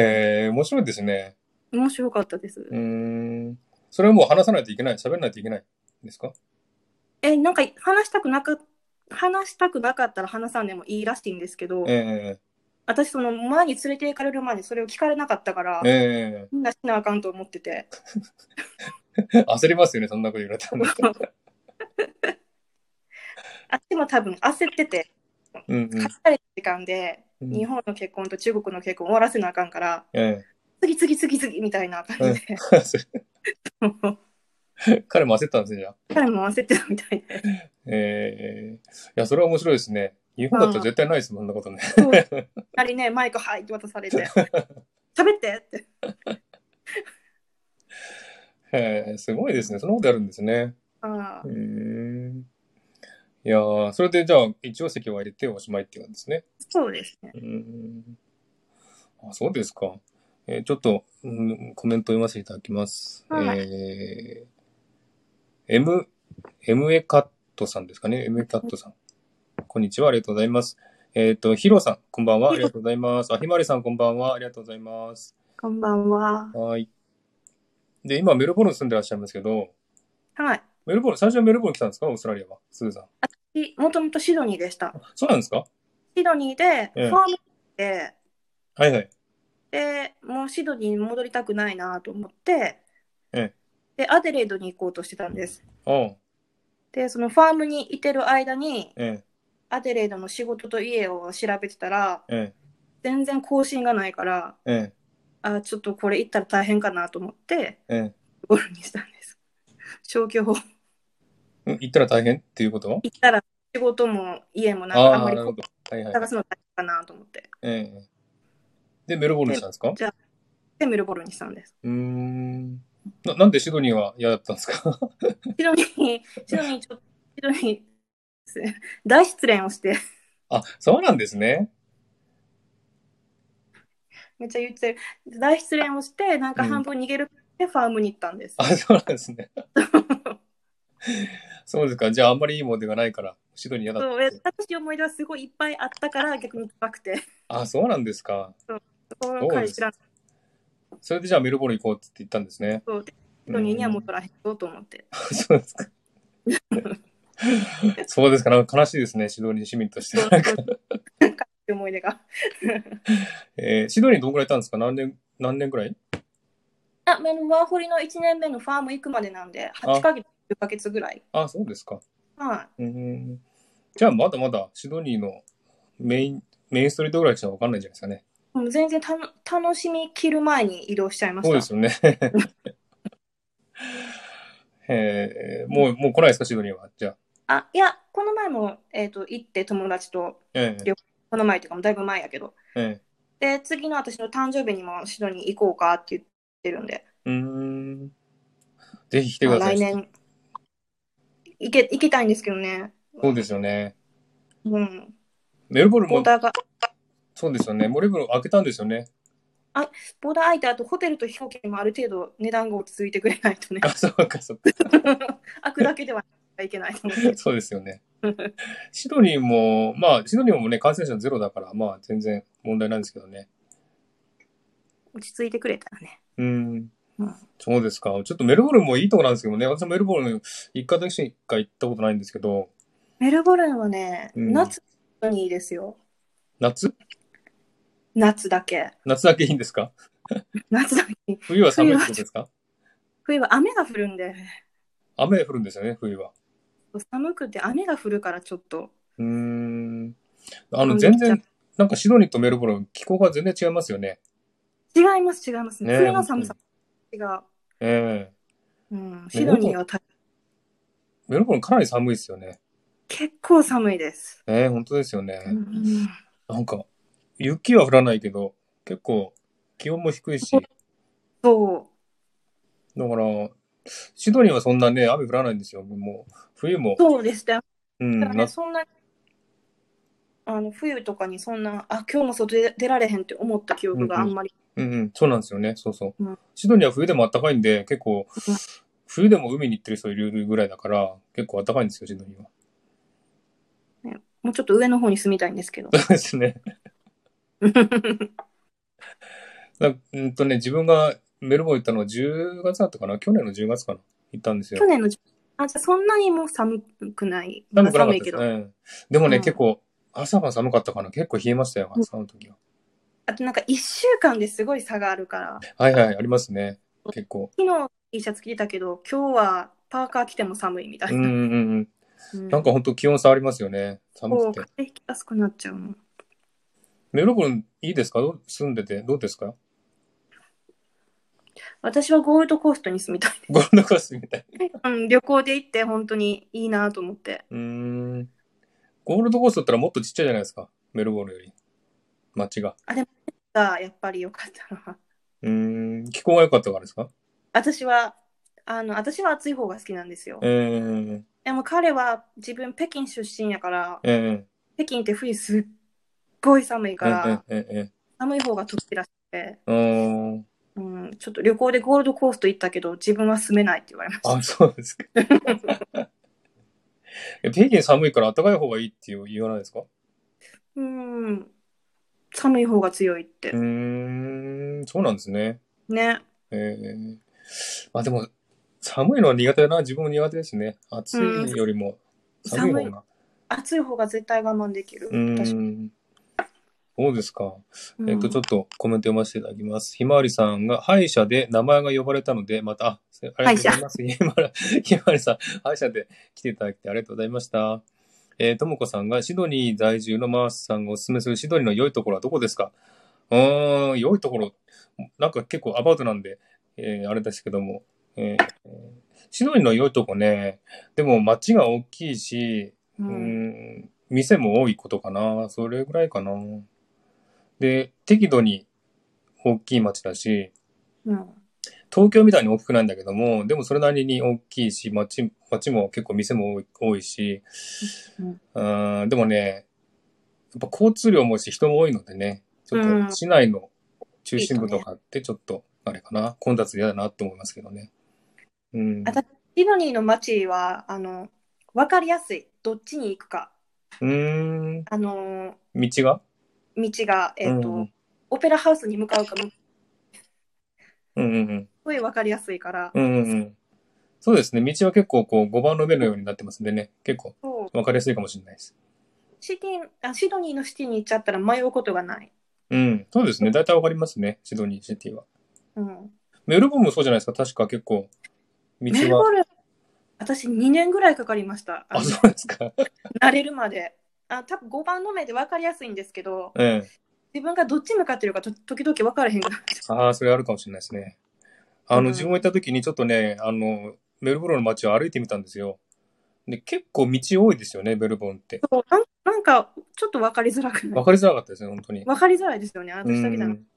ええ面白いですね。
面白かったです。
うーん。それはもう話さないといけない、喋らないといけないんですか
え、なんか話したくなか話したくなかったら話さんでもいいらしいんですけど、
え
私その前に連れて行かれる前にそれを聞かれなかったから
え、え
みんなしなあかんと思ってて
え焦りますよね、そんなこと言われたら。
(laughs) あっちも多分焦ってて
うんうん
限られた時間で
うん。
日本の結婚と中国の結婚終わらせなあかんから
え
次次次次みたいな感じで、
えそれ彼も焦ったんですね、じゃあ。
彼も焦ってたみたい
(laughs)
で
ええいや、それは面白いですね。日本だったら絶対ないですもん、そんなことね。
そういきなりねマイク「はい」って渡さ
(laughs)
れて「喋って」って
ええすごいですね。そんなことやるんですね。
ああ
うーん。いやーそれでじゃあ、一応席を入れておしまいっていう感じですね。
そうですね
うーんあそうですか。えーちょっと、うんコメント読ませていただきます。
はい
えー、M、MA カットさんですかね。MA カットさん。こんにちは。ありがとうございます。えっ、と、ヒロさん、こんばんは。ありがとうございます。あ、ひまりさん、こんばんは。ありがとうございます。
こんばんは
はい。で、今、メルボルン住んでらっしゃいますけど、
は
メルボルン、最初はメルボルン来たんですかオーストラリアは。スーさん。
いもともとシドニーでした
そうなんですか
シドニーでフ
ええ
ァームで
はいはい。
でもうシドニーに戻りたくないなと思って、
え
でアデレードに行こうとしてたんです
ああ、
でそのファームにいてる間に
ええ。
アデレードの仕事と家を調べてたら、
え
全然更新がないから、
え、え
あちょっとこれ行ったら大変かなと思って、
え、え
ゴールにしたんです。消去法。
え。うん行ったら大変っていうこと
行ったら仕事も家もなんかあん
あ
ま
あ、
り
なるほど。はいはい。
探すの大変かなと思って。
ええ。で、メルボルンにしたんですか
で、メルボルンにしたんです。
うーん。ななんでシドニーは嫌だったんですか (laughs)
シドニー、シドニーちょっと、シドニーですね、大失恋をして、
あ、そうなんですね。
めっちゃ言ってる。大失恋をして、なんか
うん
半分逃げるでファームに行ったんです。
あ、そうなんですね。 (laughs) そうですか。じゃあ、あんまりいいもんでがないから、シドニー嫌だ
そう
っ
え
たって。
楽しい思い出はすごいいっぱいあったから逆に怖くて、
あ、そうなんですか。
その彼知らん
それでじゃあ、メルボルン行こうって言ったんですね。
そうで人にには戻らへんぞと思って。
うんそうですか。 (laughs) そうですか。なんか悲しいですね。シドニー市民として
そう。
なんか
なんか思い出が。
えーシドニーどんぐらいいたんですか何年、何年ぐらい
あ、あのワーホリの1年目のファーム行くまでなんで、8ヶ月、9ヶ月ぐらい。
あ、そうですか。
は
うーん。じゃあ、まだまだシドニーのメイン、メインストリートぐらいしかわかんないんじゃないですかね。
い。もう全然たの楽しみ切る前に移動しちゃいました。
そうですよね。 (laughs) えーもう、もう来ないですか、シドニーは。じゃあ。
あ、いや、この前も、えっと行って友達と、
ええ
了この前というかもうだいぶ前やけど、
え
で、次の私の誕生日にもシドニー行こうかって言ってるんで、
えうーん。ぜひ来てください。
来年行け、行きたいんですけどね。
そうですよね。
うん。
メルボルン
ボー
も、
ダーが、
そうですよね。メルボルン開けたんですよね。
ボーダー空いた後、ホテルと飛行機もある程度値段が落ち着いてくれないとね
あ、、そうか、そうか。
開くだけではいけないと思っ
(laughs)
て。
そうですよね。シドニーも、まあ、シドニーもね、感染者ゼロだから、まあ、全然問題ないんですけどね。
落ち着いてくれたらね。
うん
うん。
そうですか。ちょっとメルボルンもいいとこなんですけどね。私もメルボルン一回だけしか行ったことないんですけど、
メルボルンはね、
うん
夏にいいですよ。
夏
夏だけ。
夏だけいいんですか
夏だけ。
冬は寒いってことですか
冬は雨が降るんで、
雨降るんですよね、冬は。
寒くて雨が降るからちょっと。
うーん。あ
う
の、
ん
全然、なんかシドニーとメルボルン、気候が全然違いますよね。
違います、違いますね。
ねえ
冬の寒さが。
え
うん、シドニーは大
えメルボルンかなり寒いですよね。
結構寒いです。
ええ本当ですよね。
うん
なんか、雪は降らないけど、結構、気温も低いし、だか
そ
ら、シドニーはそんなね、雨降らないんですよ。もう、冬も
う、、そうでしたよ。
うん、
だからね、
夏、
そんな、あの冬とかにそんな、あ、今日も外出出られへんって思った記憶があんまり。
うんうん、そうなんですよね。そうそう。
うん
シドニーは冬でも暖かいんで、結構
うん、
冬でも海に行ってる人いるぐらいだから、結構暖かいんですよ、シドニーは。
もうちょっと上の方に住みたいんですけど。
そうです
(laughs)
ね。なうんとね、自分がメルボルン行ったのは10月だったかな去年の10月かな行ったんですよ
去。年のじあじゃあそんなにもう寒くない。
寒くなかったで
いけ
す
ど。
ね。でもね、
うん
結構、朝晩寒かったかな結構冷えましたよ、
うん
朝の時は。
あとなんか1週間ですごい差があるから、
はいはい、ありますね。結構。
昨日 T シャツ着てたけど、今日はパーカー着ても寒いみた
う
い
んう
な。
んうん。
うん
なんか本当気温差ありますよね。寒
こう
くて
風。邪ひきやすくなっちゃうの。
メルボルンいいですかどう住んでて、どうですか
私はゴールドコーストに住みたい。
ゴールドコーストみたい。
うん、旅行で行って本当にいいなと思って。
うーん。ゴールドコーストだったらもっとちっちゃいじゃないですか。メルボルンより。街が。
がやっぱり良かったな。
うーん。気候が良かったからですか
私は、あの、私は暑い方が好きなんですよ。
えー、
でも彼は自分北京出身やから、
え
北京って冬すっごい寒い
え
から、
ええええ
寒い方が得意らしくて、
えうーん。
うん、ちょっと旅行でゴールドコースト行ったけど、自分は住めないって言われました。
あ、そうです (laughs) か。いや北京寒いから暖かい方がいいって言わないですかう
うん、寒い方が強いって。
ーん、そうなんですね。
ね。
ええまあでも、寒いのは苦手だな。自分も苦手ですね。暑いよりも寒い方が。
暑い方が絶対我慢できる。
うーん。そうですか。
うん
えっと、ちょっとコメント読ませていただきます。ひまわりさんが、歯医者で名前が呼ばれたので、また、あ、 (laughs) せありがとうございます。ひまわりひまわりさん、歯医者で来ていただいてありがとうございました。えー、ともこさんがシドニー在住のマースさんがおすすめするシドニーの良いところはどこですかうーん、良いところ、なんか結構アバウトなんで、えーあれですけども、えーシドニーの良いとこね、でも街が大きいし、
う
うー
ん。
ん、店も多いことかな。それぐらいかな。で、適度に大きい街だし、
うん。
東京みたいに大きくないんだけども、でもそれなりに大きいし、街、街も結構店も多い多いし、
うん
うん、でもね、やっぱ交通量も多いし人も多いのでね、ちょっ
う
と
ん
市内の中心部とかってちょっと、あれかな、混雑嫌だなと思いますけどね。うん。
私、シドニーの街は、あの、わかりやすい。どっちに行くか。
うーん、
あの、
道が
道が、えっ、と、
うん
オペラハウスに向かうかも、す
うんうんうん。
ごいわかりやすいから、
うんうんうん。そうですね。道は結構こう5番の目のようになってますんでね。結構
そう
分かりやすいかもしれないです。
シティあ、シドニーのシティに行っちゃったら迷うことがない。
うん。そうですね。大体分かりますね。シドニーシティは。
うん。
メルボルンもそうじゃないですか。確か結構道
メルボ
は。
ルン、私2年ぐらいかかりました。あ
あ、
の
そうですか。
慣れるまで。あ、多分5番の目で分かりやすいんですけど、
ええ。
自分がどっち向かってるかと時々分からへんから。
ああ、それあるかもしれないですね。あ
うん
の、自分が行った時にちょっとね、あの、メルボルンの街を歩いてみたんですよ。で、結構道多いですよね、メルボルンって。
そうなんなんかちょっと分かりづらくない
分かりづらかったですね、本当に。
分かりづらいですよね、あの人だけじゃな
う
く
ん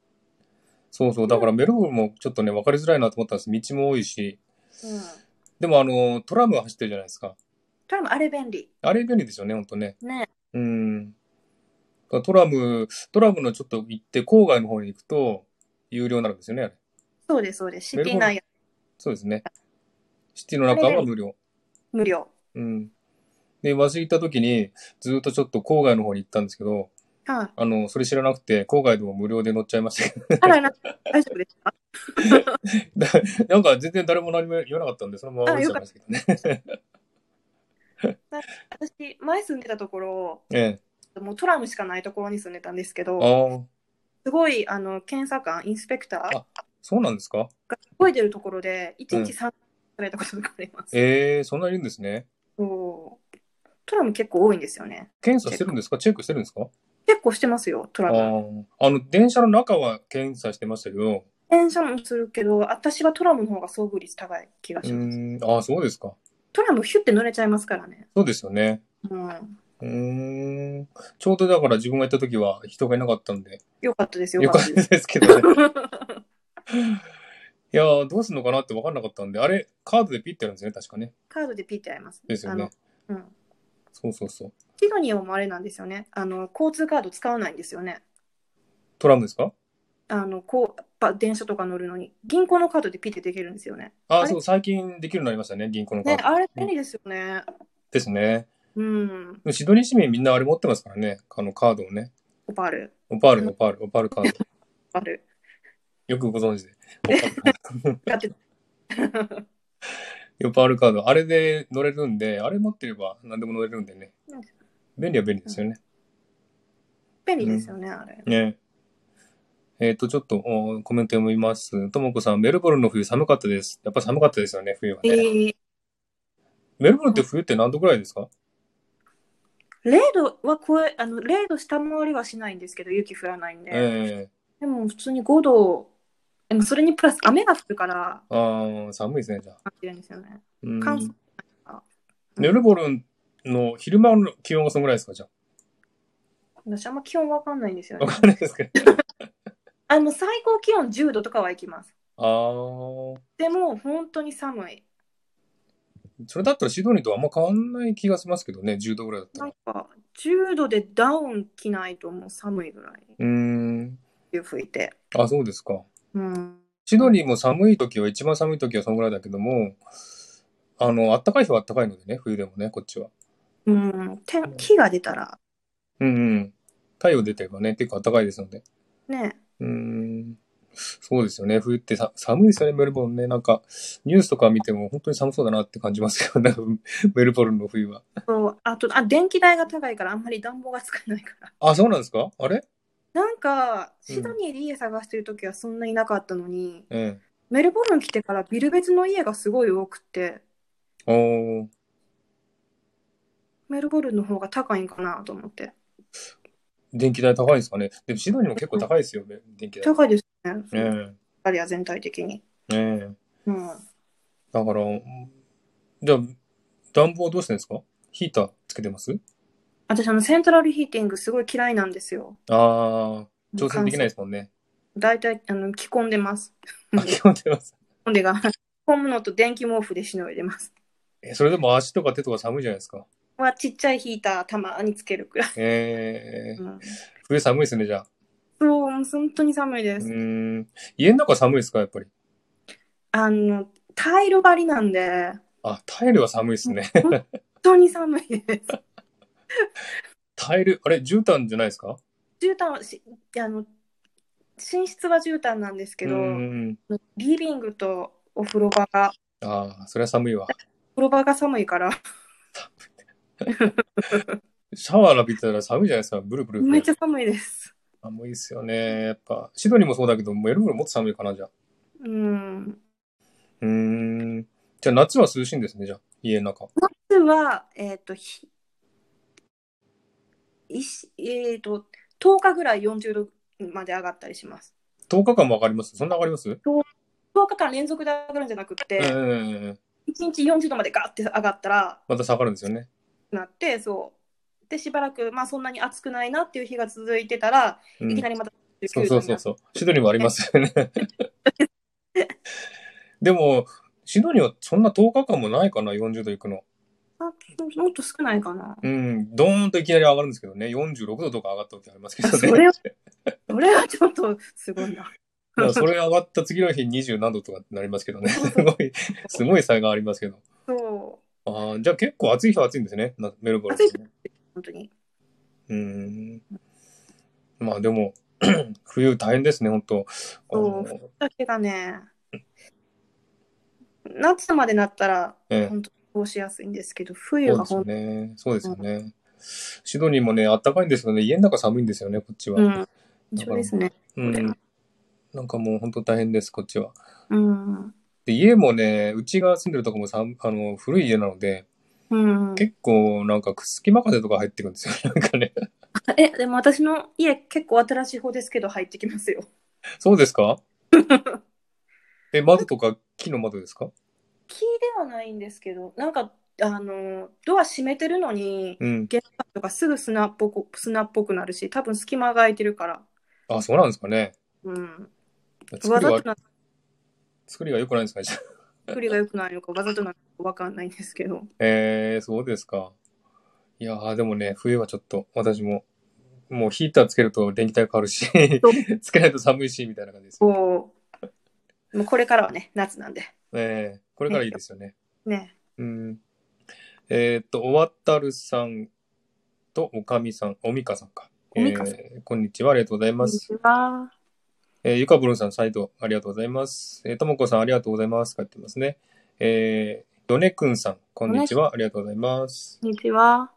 そうそう。だからメルボルンもちょっとね、分かりづらいなと思ったんです。道も多いし。
て。うん。
でもあの、トラムが走ってるじゃないですか。
多分あれ便利。
あれ便利ですよね、ほんとね。
ね。
うん。トラム、トラムのちょっと行って、郊外の方に行くと、有料になるんですよね、あれ。
そうです、そうです。シティ内
そうですね。シティの中は無料。
無料。
うん。で、私行った時に、ずっとちょっと郊外の方に行ったんですけど、 (laughs)
はい。
あの、それ知らなくて、郊外でも無料で乗っちゃいましたけど、
あら、な大丈夫ですか
だ (laughs) なんか全然誰も何も言わなかったんで、そのまま降りちゃいましたけどね。
私、前住んでたところ、
ええ。
もうトラムしかないところに住んでたんですけ
あ
ど、
あ、
すごいあの検査官、インスペクター
あそうなんですか
が動いてるところで、1
うん
日3回されたことがあります。
ええそんなにいるんですね。
そうトラム結構多いんですよね。
検査してるんですかチェックしてるんですか
結構してますよ、トラム。
あああの、電車の中は検査してましたけど、
電車もするけど、私はトラムの方が遭遇率高い気が
う
します。
ーん、ああ、そうですか。
トラムヒュって乗れちゃいますからね。
そうですよね。
うん。
うーん。ちょうどだから自分が行った時は人がいなかったんで、
よかったです、よ
よ
か
かっ
っ
た
で
た
す。
ですけどね。 (laughs) いやー、どうするのかなって分かんなかったんで、あれ、カードでピッてやるんですね、確かね。
カードでピッてやります。
ですよね。
あのうん。
そうそうそう。
シドニーはもうあれなんですよね。あの、交通カード使わないんですよね。
トラムですか
あの、こう、ば電車とか乗るのに。銀行のカードでピッてできるんですよね。
あ
あ
あ、
れ
そう、最近できるようになりましたね、銀行のカ
ね、
ード。
あれ便利ですよね。
ですね。
うん。
シドニー市民みんなあれ持ってますからね、あのカードをね。
オパール、
オパール、オパール、オパールカード。
オパール。
よくご存知
(laughs)
で。オパールカード
だって、
ヨパールカード、あれで乗れるんで、あれ持ってれば何でも乗れるんでね
うん。
便利は便利ですよね。
便利ですよね、あれ。
ねえっ、と、ちょっとおコメント読みます。ともこさん、メルボルンの冬寒かったです。やっぱ寒かったですよね、冬は
え
ね。
ー、
メルボルンって冬って何度ぐらいですか
0度は超え、あの、0度下回りはしないんですけど、雪降らないんで。
ええ
でも、普通に5度、でもそれにプラス雨が降るから、
ああ、寒いですね、じゃあ。
なってるんですよね。
うん
乾燥あ
メルボルンの昼間の気温がそのぐらいですかじゃ
私あんま気温わかんないんですよ
あ。
ね
わ。かんないです
(laughs)
けど。
あの、最高気温10度とかはいきます。
ああ、
でも、本当に寒い。
それだったらシドニーとあんま変わんない気がしますけどね、10度ぐらいだった
な
ら。
んか、10度でダウン着ないともう寒いぐらい。
うーん。
湯吹いて。
あ、そうですか。
うん。
シドニーも寒い時は、一番寒い時はそのぐらいだけども、あの、暖かい日は暖かいのでね、冬でもね、こっちは。
うん。天気が出たら、
うんうん。太陽出てればね、結構暖かいですので。
ね。
うーん。そうですよね。冬ってさ寒いですよね、メルボルンね。なんか、ニュースとか見ても本当に寒そうだなって感じますけど、ね、メルボルンの冬は。
そう。あと、あ、電気代が高いから、あんまり暖房が使えないから。
あ、そうなんですかあれ
なんか、シドニーで家探してる時はそんないなかったのに、
うん。
メルボルン来てからビル別の家がすごい多くて、
おー。
メルボルンの方が高いんかなと思って。
電気代高いんですかね。でもシドニーも結構高いですよね、電気代。
高いですね。
ね
イタリア全体的に。
え。ねえ。
うん。
だから、じゃあ、暖房どうしてんですかヒーターつけてます
私、あの、セントラルヒーティングすごい嫌いなんですよ。
ああ、調整できないですもんね。
大体、あの、着込んでます。
あ、基本出ます。 (laughs)
ほんでが、込むのと電気毛布でしのいでます。
え、それでも足とか手とか寒いじゃないですか。
は、ちっちゃいヒーターたまにつけるくらい。
ええ
うん、
冬寒いですね、じゃあ。
そう、もう本当に寒いで
う
す。
ーん。家の中寒いですか、やっぱり。
あの、タイル張りなんで、
あ、タイルは寒いですね。
本当に寒いです。
(laughs) タイル、あれ、絨毯じゃないですか
絨毯はし、あの、寝室は絨毯なんですけ
う
ど、
ーん。
リビングとお風呂場が、
ああ、それは寒いわ。
お風呂場が寒いから、
シャワー浴びてたら寒いじゃないですか、ブルブル。
めっちゃ寒いです。
寒いですよね。やっぱ、シドニーもそうだけど、メルボルンもっと寒いかな、じゃあ。
うん。
うーん。じゃあ、夏は涼しいんですね、じゃあ、家の中。
夏は、えっ、と、ひ、いしえっ、と、10日ぐらい40度まで上がったりします。
10日間も上がりますそんな上がります
10日間連続で上がるんじゃなくって、
うん。
1日40度までガーって上がったら、
また下がるんですよね。
なって、そう。で、しばらく、まあ、そんなに暑くないなっていう日が続いてたら、
うん
いきなりまた
そ
19
う
度
そう
に
そ
な
う
って
そう。シドニーもありますよね。 (laughs) でも、シドニーはそんな10日間もないかな、40度いくの。
あもっと少ないかな。
うん、ドーンといきなり上がるんですけどね、46度とか上がった時ありますけどね。
あ (laughs) それはそれはちょっとすごいな。
だからそれ上がった次の日20何度とかってなりますけどね。すごい、すごい差がありますけど。
そう。
ああ、じゃあ結構暑い日は暑いんですね、なメルボルン、
暑い本当に。
うん。まあでも、 (clears throat) 冬大変ですね、本当あの
だけがね、夏までなったら、
ええ
本当に過ごしやすいんですけど、冬
そう
が
ですよ
本
ね。そうですよね。シドニーもね、暖かいんですけどね、家の中寒いんですよね、こっち
当に。う
は。
ん。一緒ですね。
うん。なんかもう本当大変です、こっちは。
うん。
で、家もね、うちが住んでるとこもさあの、古い家なので、
うん、
結構なんか隙間風とか入ってくるんですよ。 (laughs) なんかね。
え、でも私の家結構新しい方ですけど入ってきますよ。
そうです
(laughs)
かえ、窓とか木の窓ですか
木ではないんですけど、なんか、あの、ドア閉めてるのに、
うん。
玄関とかすぐ砂っぽく、砂っぽくなるし、多分隙間が空いてるから。
あ、そうなんですかね。
うん。
作
わ
り
ざ
が
と、な
作りが良くないんですかね。
作りが良くないのか、わざとなのかわかんないんですけど。
えー、そうですか。いやー、でもね、冬はちょっと、私も、もうヒーターつけると電気代変わるし、つけないと寒いし、みたいな感じです。
こう、もうこれからはね、夏なんで。
えー、これからいいですよね。
ね。
うん。えーっと、おわたるさんとおかみさん、おみかさんか。
おみかさん
えーこんにちは、ありがとうござい
こん
ま
に
す。
ちは。
えーゆかぶろんさん、再度ありがとうございます。えーともこさん、ありがとうございます。書いてますね。えー、どねくんさん、こんにちは、ありがとうございます。
こんにちは。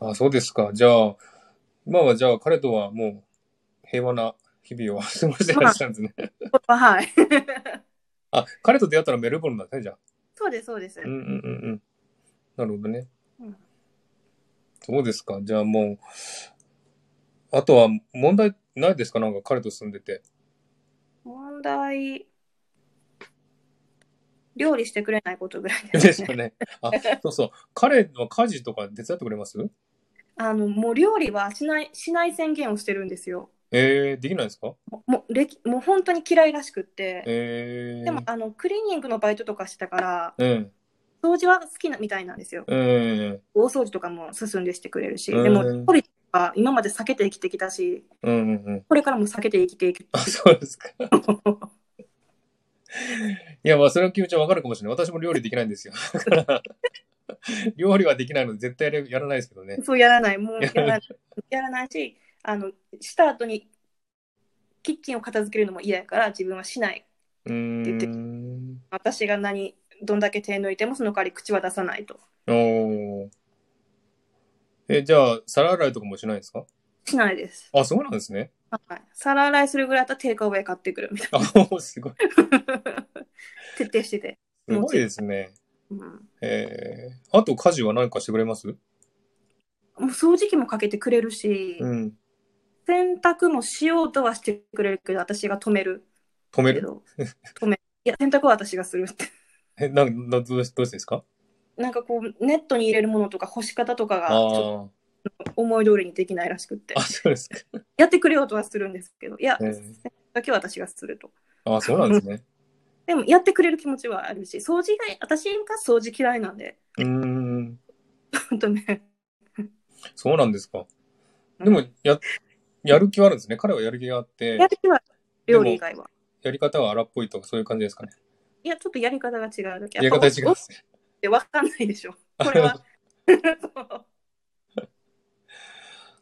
あ、そうですか。じゃあ、今はじゃあ彼とはもう平和な日々を (laughs) 過ごしてらっしゃるんですね。
これははい。 (laughs)
あ、彼と出会ったらメルボルンだね、じゃあ。
そうです、そうです
うん。うんうんうん。なるほどね
うん。
そうですか。じゃあもう、あとは問題ないですかなんか彼と住んで
(laughs)
て。
問題、料理してくれないことぐらい
(laughs) で
です
す
ね。
よね。あ、そうそう。彼は家事とか手伝ってくれます
あの、もう料理はしない、しない宣言をしてるんですよ。
えー、できないですか
もう、もうれきもう本当に嫌いらしくって。
えー。
でも、あの、クリーニングのバイトとかしてたから、
うん。
掃除は好きなみたいなんですよ。
うん。
大掃除とかも進んでしてくれるし、
うん
でも、料理とか今まで避けて生きてきたし、
うんうんうん。
これからも避けて生きていく。
あ、そうですか。いや、まあ、それの気持ちはわかるかもしれない。私も料理できないんですよ。 (laughs) だから、料理はできないので、絶対やれやらないですけどね。
(laughs) そうやらない、もう
や
や
ら
ら
な (laughs)
ないやらないし、あのした後にキッチンを片付けるのも嫌やから、自分はしない。
うーん。
私が何、どんだけ手抜いても、その代わり口は出さないと。
おーえ、じゃあ、皿洗いとかもしないんですか
しないです。
あ、そうなんですね。
はい、皿洗いするぐらいだったら、テイクアウェイ買ってくるみたい
あ、おーすごい。
な。 (laughs) 徹底してて。
すごいですね。
うん、
えー、あと家事は何かしてくれます
もう掃除機もかけてくれるし、
うん。
洗濯もしようとはしてくれるけど、私が止める
止め
け
る
ど、止め、いや、洗濯は私がするって。 (laughs)
え、なん、な、どうし、どうしてですか
なんかこう、ネットに入れるものとか干し方とかが、
あ
ちょっ
あ。
と思い通りにできないらしくって
あ、、そうですか。
やってくれようとはするんですけど、いや、
ええ
洗濯だけは私がすると。
あそうなん (laughs) ですね。
でも、やってくれる気持ちはあるし、掃除が、私が掃除嫌いなんで、 (laughs)
うーん。
本当ね。
そうなんですか。でも、や、やる気はあるんですね。彼はやる気があって
や、る気は料理以外は。
やり方が荒っぽいとかそういう感じですかね。
いや、ちょっとやり方が違うだけ。
やり方違い
やっ
ま
ぱ
すね。
おってわかんない
(laughs)
でしょ。これは。 (laughs) そう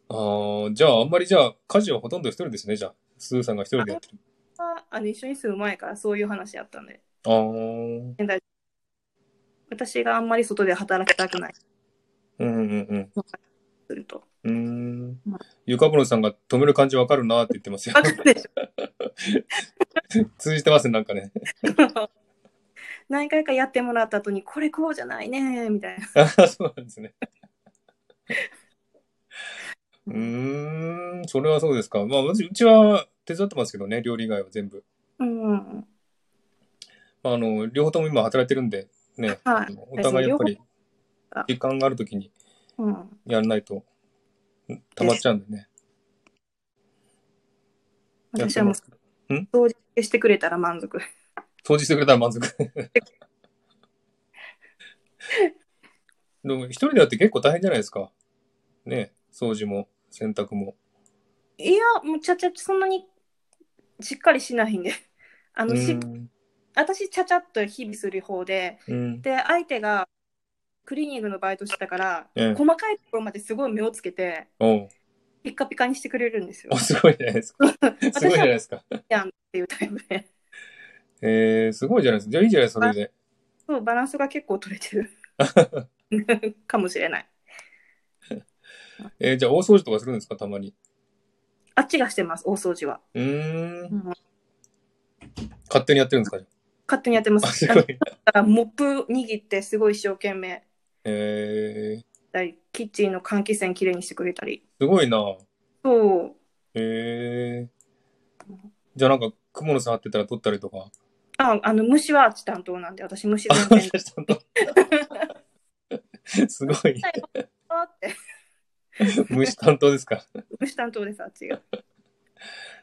あー (laughs) じゃあ、あんまりじゃあ、家事はほとんど一人ですね、じゃあ。スーさんが一人でやってる。
あの一緒に住む前からそういう話やったんで、
あー
私があんまり外で働きたくない
うんうんうん。
する
(laughs)
と。
うーん
まあ。
ゆかぼろさんが止める感じわかるなって言ってますよ
わ。かるでし
(laughs) 通じてますね、なんかね。 (laughs)
ょ。 (laughs) 何回かやってもらった後に、これこうじゃないね、みたいな。
あーそうなんです
(laughs)
ね。うーん、それはそうですか。まあ、私うちは手伝ってますけどね、料理以外は全部。
うん。
あの、両方とも今働いてるんで、ね、
は
あ
い。
のお互いやっぱり
あ
時間があるときに
うん。
やらないとうん溜まっちゃうんでね。やっ
私
て
はもう
ます
掃除してくれたら満足。
掃除してくれたら満足。でも一人でやって結構大変じゃないですか。ね、掃除も洗濯も。
いや、もうちゃちゃ、そんなにしっかりしないんで。 (laughs) あ
う
の、し
ん。
私、ちゃちゃっと日々する方で、
うん。
で相手がクリーニングのバイトしてたから、
ええ
細かいところまですごい目をつけて
おう
ピッカピカにしてくれるんですよ
お、すごいじゃない
(laughs)
ですか。すごいじゃないですか。
やんっていうタイプで (laughs)
えー、すごいじゃないですか。じゃあいいじゃないですか、それで。
そうバランスが結構取れてる
(laughs)
(laughs) かもしれない
えー、じゃあ大掃除とかするんですか、たまに。
あっちがしてます大掃除は、
うーん。
うん
勝手にやってるんですか、じゃ
勝手にやってま
ああ
す
すごい。
だからモップ握ってすごい一生懸命
えー、
だりキッチンの換気扇きれいにしてくれたり
すごいな。
そう
えー。じゃあなんか、蜘蛛の巣張ってたら取ったりとか。
ああの虫はあっち担当なんで私虫全
あ
然
ちゃんと (laughs) すごい。
あって
虫担当ですか。
虫担当ですあっちが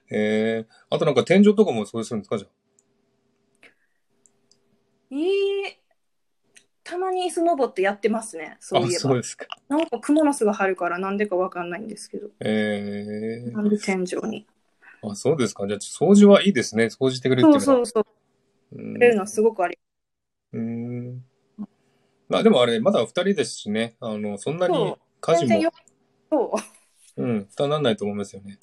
えー、あとなんか天井とかも掃除するんですかじゃ
えーたまにスノボってやってますね
あ。
そういえ
あ、そう
ば
ですか。
なんかクモの巣が張るからなんでかわかんないんですけど
え
なんで天井に
ー、あ、そうですか。じゃあ、掃除はいいですね。掃除してくれるってい
そう
の
う
は。
そうそう
うん
くれるのはすごくあり
うん。まあ、でもあれ、まだ二人ですしね。あの、そんなに
そ
家事
全然
も
よ、そう
うん、負担にならないと思いますよね。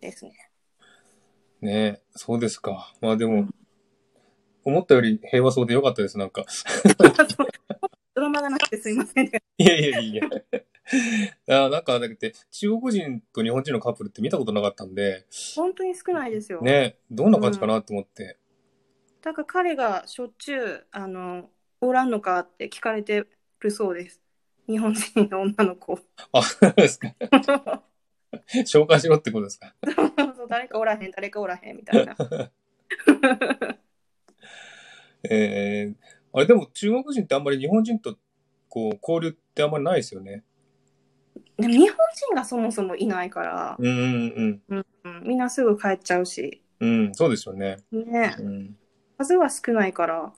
で
(laughs)
すね
ねえ、そうですか。まあで
う
も
ん、
思ったより平和そうでよかったです、なんか。
ドラマがなくてすいませんね
いやいやいや。あなんか、だって、中国人と日本人のカップルって見たことなかったんで、
本当に少ないですよ、
ね、どんな感じかなと思って。 (laughs)
だから彼がしょっちゅうあのおらんのかって聞かれてるそうです日本人の女の子 (laughs)
あ、そうですか。紹介しろってことですか。
そう誰かおらへん誰かおらへんみたいな
えー、あれでも中国人ってあんまり日本人とこう交流ってあんまりないですよね。
でも日本人がそもそもいないから、
うんうん
うんうん、みんなすぐ帰っちゃうし、
うん。うん、そうですよね。
ね、
うん。
数は少ないから、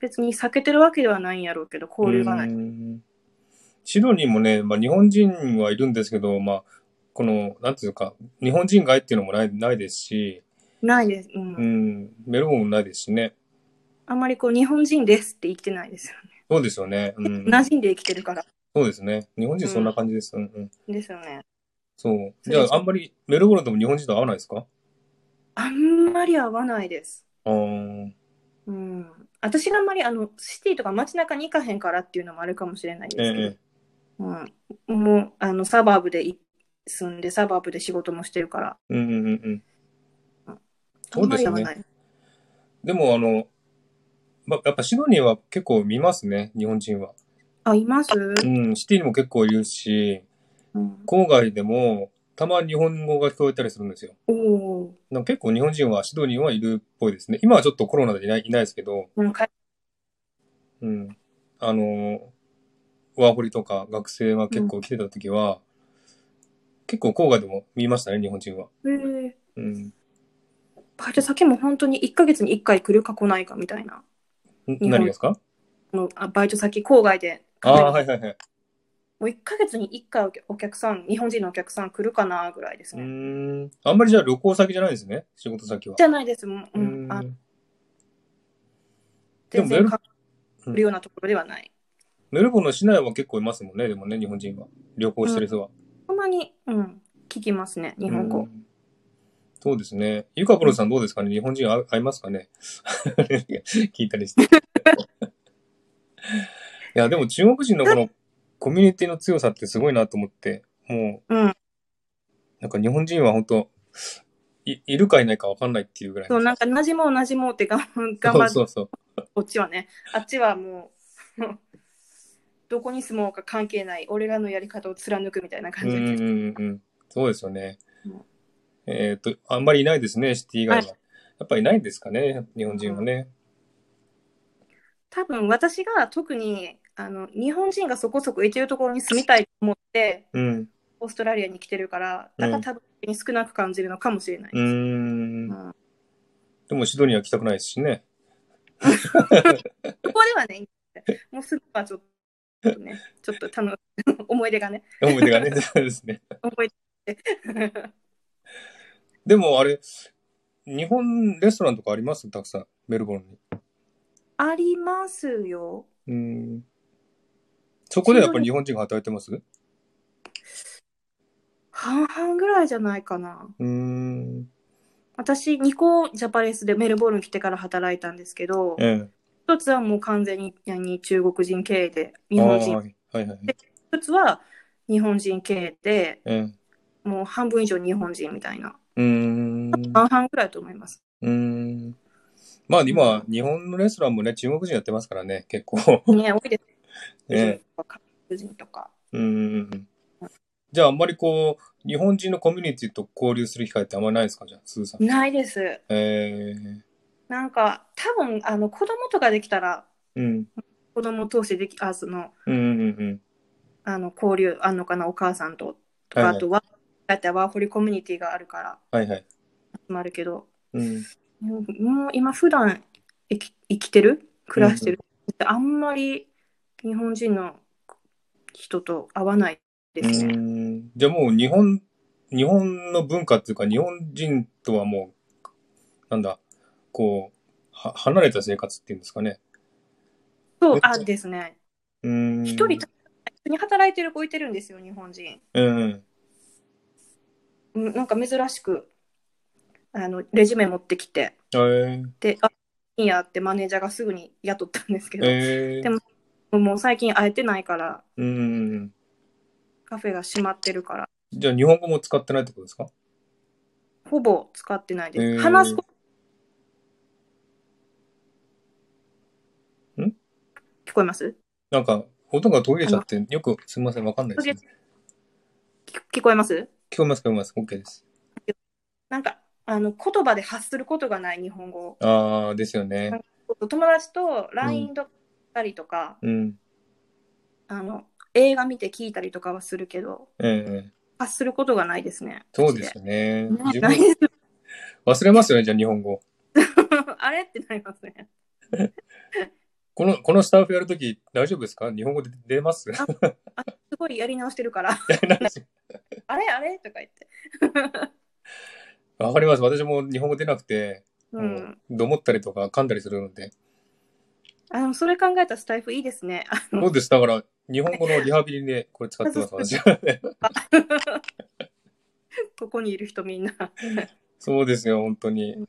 別に避けてるわけではないんやろうけど、交流がない。
うんシドニーもね、まあ日本人はいるんですけど、まあ、この、なんていうか、日本人街っていうのもないないですし、
ないです、うん
うん、メルボルンもないですしね。
あんまりこう、日本人ですって言ってないですよね。
そうですよね。うん。
馴染んで生きてるから。
そうですね。日本人そんな感じです。うん、うん、
ですよね。
そう。じゃあ、あんまりメルボルンでも日本人と会わないですか
あんまり合わないです。
あー
うん。私があんまり、あの、シティとか街中に行かへんからっていうのもあるかもしれないん
え
ですけど、
え。
うん。もう、あの、サバーブでい住んで、サバーブで仕事もしてるから、
うんうんうんうん。
あ
そうん
ま
です
り
ね
合わない。
でも、あの、ま、やっぱシドニーは結構見ますね、日本人は。
あ、います
うん、シティにも結構いるし、
うん
郊外でもたまに日本語が聞こえたりするんですよ。
おお
なんか結構日本人はシドニーはいるっぽいですね。今はちょっとコロナでいないいないですけど、
ー。うん、か
うん。あの、ワーホリとか学生が結構来てた時は、結構郊外でも見ましたね、日本人は。
えー、
うん。
バイト先も本当に1ヶ月に1回来るか来ないかみたいな。
ん
本
何がですか
あのあバイト先、郊外で。
ああー、はいはいはい。
もう1ヶ月に1回お客お客さん、日本人のお客さん来るかなぐらいです
う
ね。
ーん。あんまりじゃあ旅行先じゃないですね、仕事先は
じ。ゃないです。もう、う、
うんー
あ
んで
全
も
然
メル
変わるようなところではない。
メルボルンの市内は結構いますもんね、でもね、日本人は。旅行してる人は。
たまに、うん、聞きますね、日本
う
語。
んそうですね。ゆかぽろさんどうですかね日本人会う会いますかね (laughs) 聞いたりして。い (laughs) や、でも中国人のこのコミュニティの強さってすごいなと思って、も
うん。
う、なんか日本人は本当い、いるかいないかわかんないっていうぐらい
そ
の。
う、なんか、馴染もう馴染も
(laughs)
うって頑張頑張って
そうそう
こっちはね、あっちはもう、 (laughs) どこに住もうか関係ない、俺らのやり方を貫くみたいな
そう。
感
うん
じ
う
で
ん
す。
うんうん。そうですよね
うん。
えっと、あんまりいないですね、シティ以外は。
は
やっぱりいないんですかね日本人はね。
多分私が特にあの日本人がそこそこいてるところに住みたいと思って、
うん。
オーストラリアに来てるから、だから多分少なく感じるのかもしれないで
うん
す。う。ん
でもシドニーは来たくないですしね。
ここではね、もうすぐはちょっとね、ちょっと楽思い出がね、
思い出が
(laughs)
ね、そうですね。
思い出 (laughs) がね
(laughs) でもあれ、日本レストランとかありますたくさん、メルボルンに。
ありますよ。
うん。そこでやっぱり日本人が働いてます
半々ぐらいじゃないかな。
うん。
私、2個ジャパレスでメルボルン来てから働いたんですけど、
え
一つはもう完全に何中国人経営で、
え。
日本人
あー。はいはいはい。
一つは日本人経営で、
ええ。
もう半分以上日本人みたいな。
うん。
半々ぐらいだと思います。
うん。まあ今、日本のレストランもね、中国人やってますからね、結
(laughs)
構。
ね、多いです。
ええ。
韓国人とか。
うん。じゃああんまりこう、日本人のコミュニティと交流する機会ってあんまりないですかじゃあ、スーさん。
ないです。
ええ。
なんか、多分、あの、子供とかできたら、
うん。
子供通してでき、あ、その、
うんうんうん。
あの、交流あんのかな、お母さんと。と
はい
か、
はい
あとは、だってワーホリコミュニティがあるから、
はいはい。
集まるけど、
うん。
もうもう今普段生き生きてる暮らしてる、あんまり日本人の人と会わないですね、
うんじゃあもう日本、日本の文化っていうか、日本人とはもう、なんだ、こう、は離れた生活っていうんですかね。
そうあですね
うん。
一、人一緒に働いてる子いてるんですよ日本人
うん。
うんなんか珍しくあのレジュメ持ってきて
えー、
であいいやってマネージャーがすぐに雇ったんですけど、
えー
でももう最近会えてないから
うん。
カフェが閉まってるから
じゃあ日本語も使ってないってことですか
ほぼ使ってないです、
えー
話すこと
ん
聞こえます
なんか、音が途切れちゃって、よく、すみません、わかんないです、ね。
聞聞こえます
聞こえます、聞こえます。OK です。
なんかあの言葉で発することがない日本語
ああ、ですよね。
友達と LINE とかしたりとか、
うん。
あの映画見て聞いたりとかはするけど
ええ
発することがないですね
そうですよね。
ね
自
な
分
いです
忘れますよね、じゃあ日本語。
(laughs) あれってなりますね
この、このスタッフやるとき、大丈夫ですか日本語で出ます
すごいやり直してるからあれあれとか言って
(laughs) わかります。私も日本語出なくて、
う
も
ん
う、どもったりとか噛んだりするので。
あのそれ考えたらスタイフいいですね (laughs) あ
そうです。だから、日本語のリハビリでこれ使ってます、私は。
(laughs) ここにいる人みんな
そうですよ、本当に。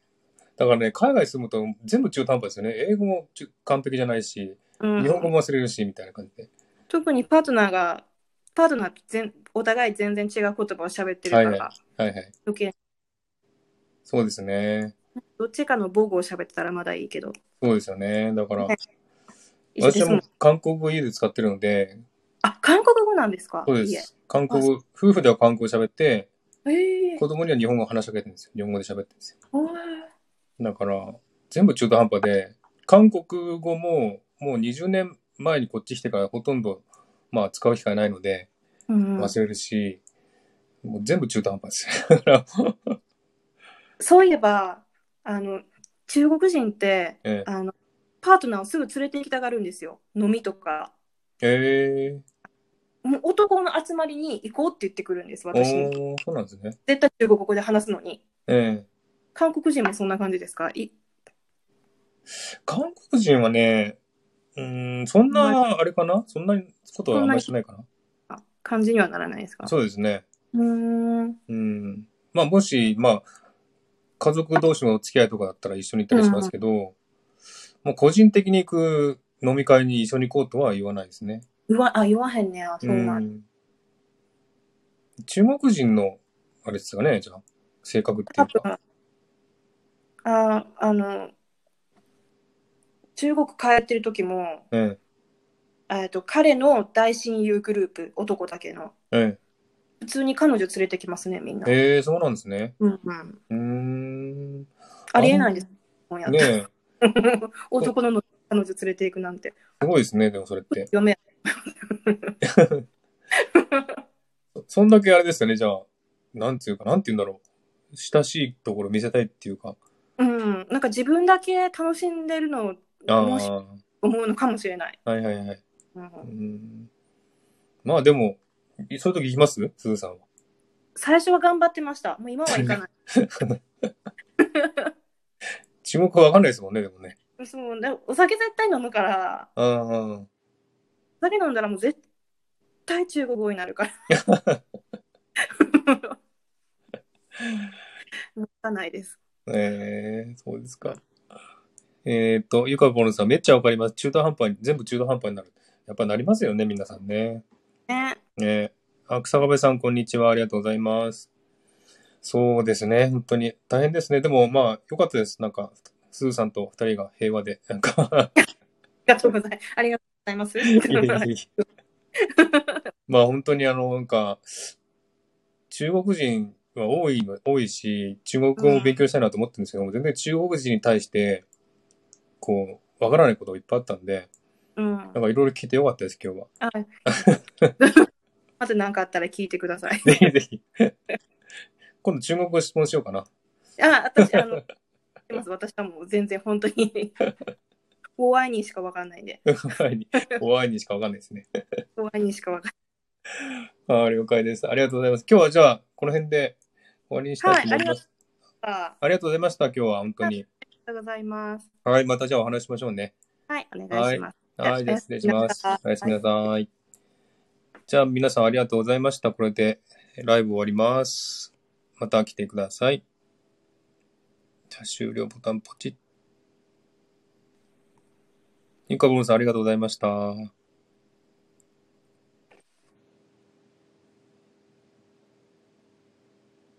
だからね、海外住むと全部中途半端ですよね。英語も中完璧じゃないし、
うん
日本語も忘れるし、みたいな感じ
特にパートナーがパートナーと全お互い全然違う言葉を喋ってるから、
はいで。はいはい。
余計
そうですね。
どっちかの母語を喋ってたらまだいいけど
そうですよね。だから
はい、一緒
私
です
は
も
も
ん
う。韓国語家で使ってるので、
あ、韓国語なんですか
そう
家
です。韓国語、夫婦では韓国語喋って、
ええ
子供には日本語話しかけてるんですよ。日本語で喋ってるんですよ。
おー
だから、全部中途半端で、韓国語ももう20年前にこっち来てからほとんど、まあ使う機会ないので、
うんうん
忘れるし、もう全部中途半端です。だから
そういえば、あの、中国人って、
え
あの、パートナーをすぐ連れて行きたがるんですよ。飲みとか。
ええ
もう男の集まりに行こうって言ってくるんです、
ー、
私に。
おーそうなんですね。
絶対中国語で話すのに。
え
韓国人もそんな感じですかい
え韓国人はね、うーん、そんな、あれかなそんなことはあんまりしてないかな
あ感じにはならないですか
そうですね。
うーん。
うん。まあ、もし、まあ、家族同士のお付き合いとかだったら一緒に行ったりしますけど、もう個人的に行く飲み会に一緒に行こうとは言わないですね。
言わ、あ、言わへんねや。そうなん
ん。中国人の、あれですかね、じゃあ、性格ってい
多
うか。
分ああの中国帰ってる時も、
え
えっと彼の大親友グループ男だけの
え、え
普通に彼女連れてきますねみんな、
え、ええそうなんですね。
うんうん、
うーん。ね
ありえないですもんやったら
え、
男の彼女連れていくなんて
すごいですね、でもそれって。
嫁や
そんだけあれですかね、じゃあ、なんていうか、なんて言うんだろう。親しいところ見せたいっていうか。
うんなんか自分だけ楽しんでるのを
ああ、
もし思うのかもしれない、
はいはいはい。
うん
う、んまあでも、いそういう時行きますすずさんは。
最初は頑張ってましたもう今は行かない
注目はわかんないですもんね、でもね。
(laughs) そうでもお酒絶対飲むから
ああ、
お酒飲んだらもう絶対中国語になるから。向かないです。
ええそうですか。えっ、と、ゆかぼるさん、めっちゃわかります。中途半端に、全部中途半端になる。やっぱなりますよね、皆さんね。
ね、
ねあ、草壁さん、こんにちは。ありがとうございます。そうですね、本当に大変ですね。でも、まあ、よかったです。なんか、すずさんと二人が平和で、なんか、
ありがとうございます。ありがとうござい
いやいや
ます。
い (laughs) やまあ本当にあの、なんか、中国人は多いの、多いし、中国語も勉強したいなと思ってるんですけども、全然中国人に対して、こう、わからないことがいっぱいあったんで、
うん、
なんかいろいろ聞いてよかったです、 (laughs) 今日は。
あまた何かあったら聞いてください。
ぜひぜひ。今度中国語質問しようかな。
あ、私、あの、知ってます私はもう全然本当に。 (laughs) 怖いにしかわかんないんで。
怖いに、怖いにしかわかんないですね。
怖いにしかわかん
ああ、了解です。ありがとうございます。今日はじゃあ、この辺で終わりにしたいと思います。
はいない。あ
ありがとうございました、今日は本当に。
りがとうございます。
はい、またじゃあお話ししましょうね。
はい、お願いします。
はい、じゃあ失礼します。お
お
や
や
す
す
み
み
な
な
さい。じゃあ皆さんありがとうございました。これでライブ終わります。また来てください。じゃあ終了ボタンポチッ。ゆかぼんさんありがとうございました。